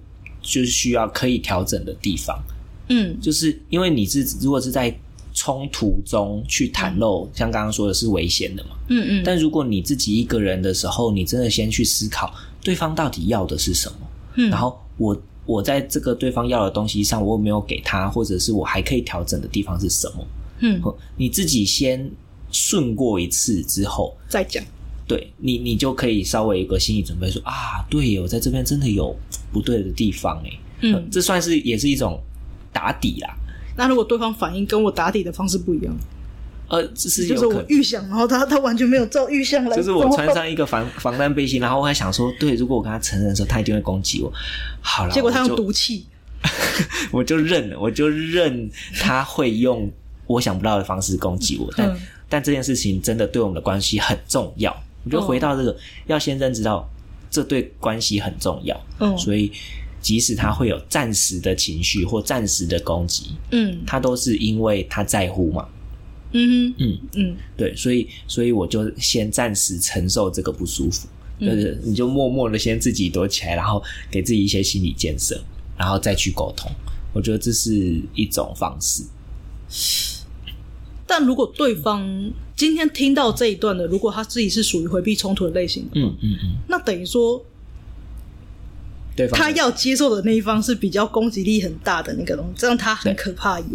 Speaker 2: 就是需要可以调整的地方。
Speaker 1: 嗯
Speaker 2: 就是因为你是如果是在冲突中去袒露，像刚刚说的是危险的嘛。
Speaker 1: 嗯嗯，
Speaker 2: 但如果你自己一个人的时候，你真的先去思考对方到底要的是什么，
Speaker 1: 嗯
Speaker 2: 然后我我在这个对方要的东西上，我有没有给他，或者是我还可以调整的地方是什么？
Speaker 1: 嗯，
Speaker 2: 哼哦你自己先顺过一次之后，
Speaker 1: 再讲，
Speaker 2: 对你你就可以稍微有个心理准备说，啊，对耶，我在这边真的有不对的地方哎，
Speaker 1: 嗯，
Speaker 2: 这算是也是一种打底啦。
Speaker 1: 那如果对方反应跟我打底的方式不一样，
Speaker 2: 呃，这是
Speaker 1: 就
Speaker 2: 有
Speaker 1: 是我
Speaker 2: 可能。
Speaker 1: 预想，然后他他完全没有照预想来，
Speaker 2: 就是我穿
Speaker 1: 怎么
Speaker 2: 上一个防防 弹背心，然后我还想说，对，如果我跟他承认的时候，他一定会攻击我。好了，
Speaker 1: 办，结果他
Speaker 2: 我
Speaker 1: 用
Speaker 2: 就
Speaker 1: 毒气，
Speaker 2: 我就认了，我就认他会用我想不到的方式攻击我。但、
Speaker 1: 嗯
Speaker 2: 但这件事情真的对我们的关系很重要。我觉得回到这个，要先认知到这对关系很重要，
Speaker 1: 嗯
Speaker 2: 所以即使他会有暂时的情绪或暂时的攻击，
Speaker 1: 嗯
Speaker 2: 他都是因为他在乎嘛。
Speaker 1: 嗯
Speaker 2: 嗯，
Speaker 1: 哼嗯
Speaker 2: 对，所以所以我就先暂时承受这个不舒服，
Speaker 1: 嗯
Speaker 2: 就是你就默默的先自己躲起来，然后给自己一些心理建设，然后再去沟通。我觉得这是一种方式。
Speaker 1: 但如果对方今天听到这一段的，如果他自己是属于回避冲突的类型的，
Speaker 2: 嗯嗯嗯，
Speaker 1: 那等于说
Speaker 2: 对方
Speaker 1: 他要接受的那一方是比较攻击力很大的那个东西，这样他很
Speaker 2: 对嗯
Speaker 1: 可怕也。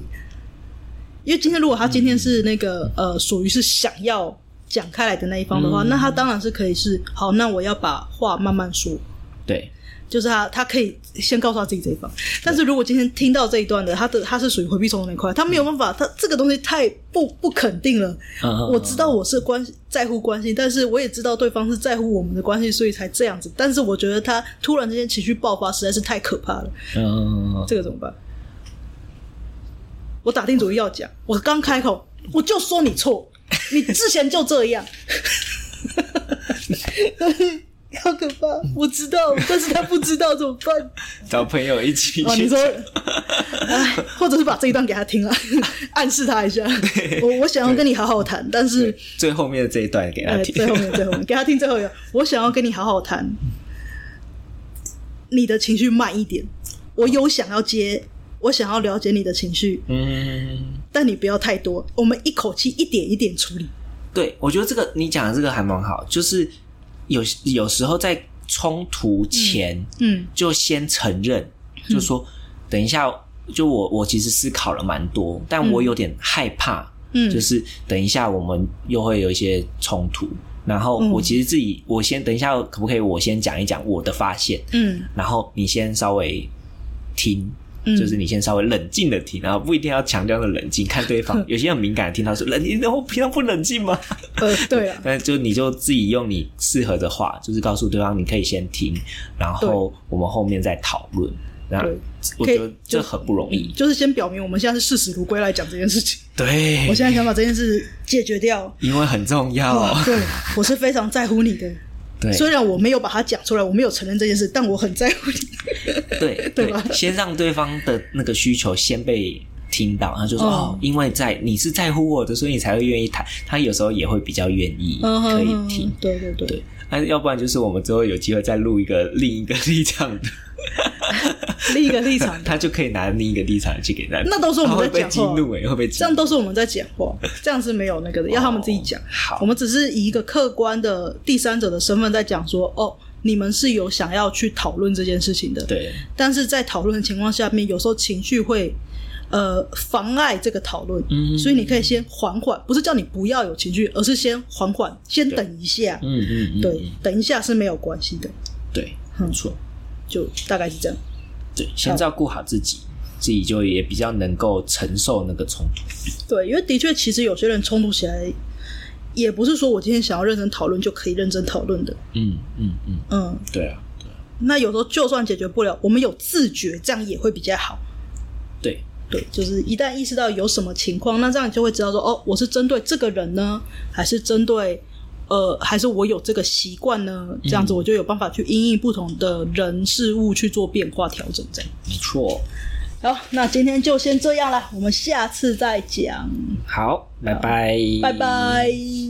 Speaker 1: 因为今天如果他今天是那个、呃，属于是想要讲开来的那一方的话，
Speaker 2: 嗯
Speaker 1: 那他当然是可以是好，那我要把话慢慢说，
Speaker 2: 对
Speaker 1: 就是他他可以先告诉他自己这一方。但是如果今天听到这一段的，他的他是属于回避冲突那一块，他没有办法，他这个东西太不不肯定了。
Speaker 2: 嗯嗯
Speaker 1: 我知道我是关在乎关系，但是我也知道对方是在乎我们的关系，所以才这样子。但是我觉得他突然之间情绪爆发实在是太可怕了，
Speaker 2: 嗯嗯嗯
Speaker 1: 这个怎么办？我打定主意要讲，我刚开口我就说你错，你之前就这样， 好可怕！我知道，但是他不知道怎么办？
Speaker 2: 找朋友一起
Speaker 1: 哦，
Speaker 2: 去
Speaker 1: 你说，哎，或者是把这一段给他听了， 暗示他一下，我我想要跟你好好谈，但是。
Speaker 2: 最后面的这一段给他
Speaker 1: 哎，
Speaker 2: 听。
Speaker 1: 最后面，最后 面，给他听最后一个。我想要跟你好好谈，你的情绪慢一点。我有想要接，我想要了解你的情绪，
Speaker 2: 嗯，
Speaker 1: 但你不要太多。我们一口气一点一点处理。
Speaker 2: 对，我觉得这个你讲的这个还蛮好，就是有有时候在冲突前
Speaker 1: 嗯
Speaker 2: 就先承认，就说等一下，就我我其实思考了蛮多，但我有点害怕，
Speaker 1: 嗯，
Speaker 2: 就是等一下我们又会有一些冲突。然后
Speaker 1: 嗯
Speaker 2: 我其实自己，我先等一下，可不可以我先讲一讲我的发现，
Speaker 1: 嗯
Speaker 2: 然后你先稍微听，
Speaker 1: 嗯
Speaker 2: 就是你先稍微冷静的听，然后不一定要强调的冷静，看对 方。有些很敏感的听到说冷静，我平常不冷静吗？
Speaker 1: 呃，对 啊，
Speaker 2: 但就你就自己用你适合的话，就是告诉对方你可以先听，然后我们后面再讨论。那
Speaker 1: 对
Speaker 2: 我
Speaker 1: 可以
Speaker 2: 觉得这很不容易。
Speaker 1: 就是先表明我们现在是视死如归来讲这件事 情。
Speaker 2: 对
Speaker 1: 我，现在想把这件事解决掉。嗯
Speaker 2: 因为很重要。
Speaker 1: 对，我是非常在乎你的。
Speaker 2: 哦对
Speaker 1: 虽然我没有把它讲出来，我没有承认这件事，但我很在乎你。
Speaker 2: 对
Speaker 1: 对吧
Speaker 2: 先让对方的那个需求先被。听到，他就说
Speaker 1: 嗯
Speaker 2: 哦，因为在你是在乎我的，所以你才会愿意谈。他有时候也会比较愿意可以听，
Speaker 1: 嗯对对对，
Speaker 2: 对，那要不然就是我们之后有机会再录一个另一个立场 的，，
Speaker 1: 另一个立场
Speaker 2: 他就可以拿另一个立场去给他。
Speaker 1: 那都是我们
Speaker 2: 他会
Speaker 1: 在
Speaker 2: 被
Speaker 1: 讲
Speaker 2: 激
Speaker 1: 话
Speaker 2: 怒哎、会被激
Speaker 1: 这样
Speaker 2: 怒
Speaker 1: 都是我们在讲 话，这样是没有那个的，要他们自己讲。
Speaker 2: 好
Speaker 1: 我们只是以一个客观的第三者的身份在讲说，哦，你们是有想要去讨论这件事情的，
Speaker 2: 对
Speaker 1: 但是在讨论的情况下面，有时候情绪会呃妨碍这个讨论，
Speaker 2: 嗯
Speaker 1: 所以你可以先缓缓，不是叫你不要有情绪，而是先缓缓，先等一下，
Speaker 2: 嗯嗯嗯，
Speaker 1: 对，
Speaker 2: 嗯
Speaker 1: 等一下是没有关系的，
Speaker 2: 对，
Speaker 1: 嗯
Speaker 2: 没错，
Speaker 1: 就大概是这样。
Speaker 2: 对，先照顾好自己，自己就也比较能够承受那个冲突。
Speaker 1: 对，因为的确，其实有些人冲突起来，也不是说我今天想要认真讨论就可以认真讨论的，
Speaker 2: 嗯嗯嗯，
Speaker 1: 嗯，
Speaker 2: 对啊，
Speaker 1: 那有时候就算解决不了，我们有自觉，这样也会比较好。
Speaker 2: 对，
Speaker 1: 对，就是一旦意识到有什么情况，那这样你就会知道说，哦，我是针对这个人呢，还是针对呃，还是我有这个习惯呢？这样子我就有办法去因应不同的人事物去做变化调整。这样
Speaker 2: 没错。
Speaker 1: 好，那今天就先这样啦，我们下次再讲，
Speaker 2: 好，拜拜，
Speaker 1: 拜拜。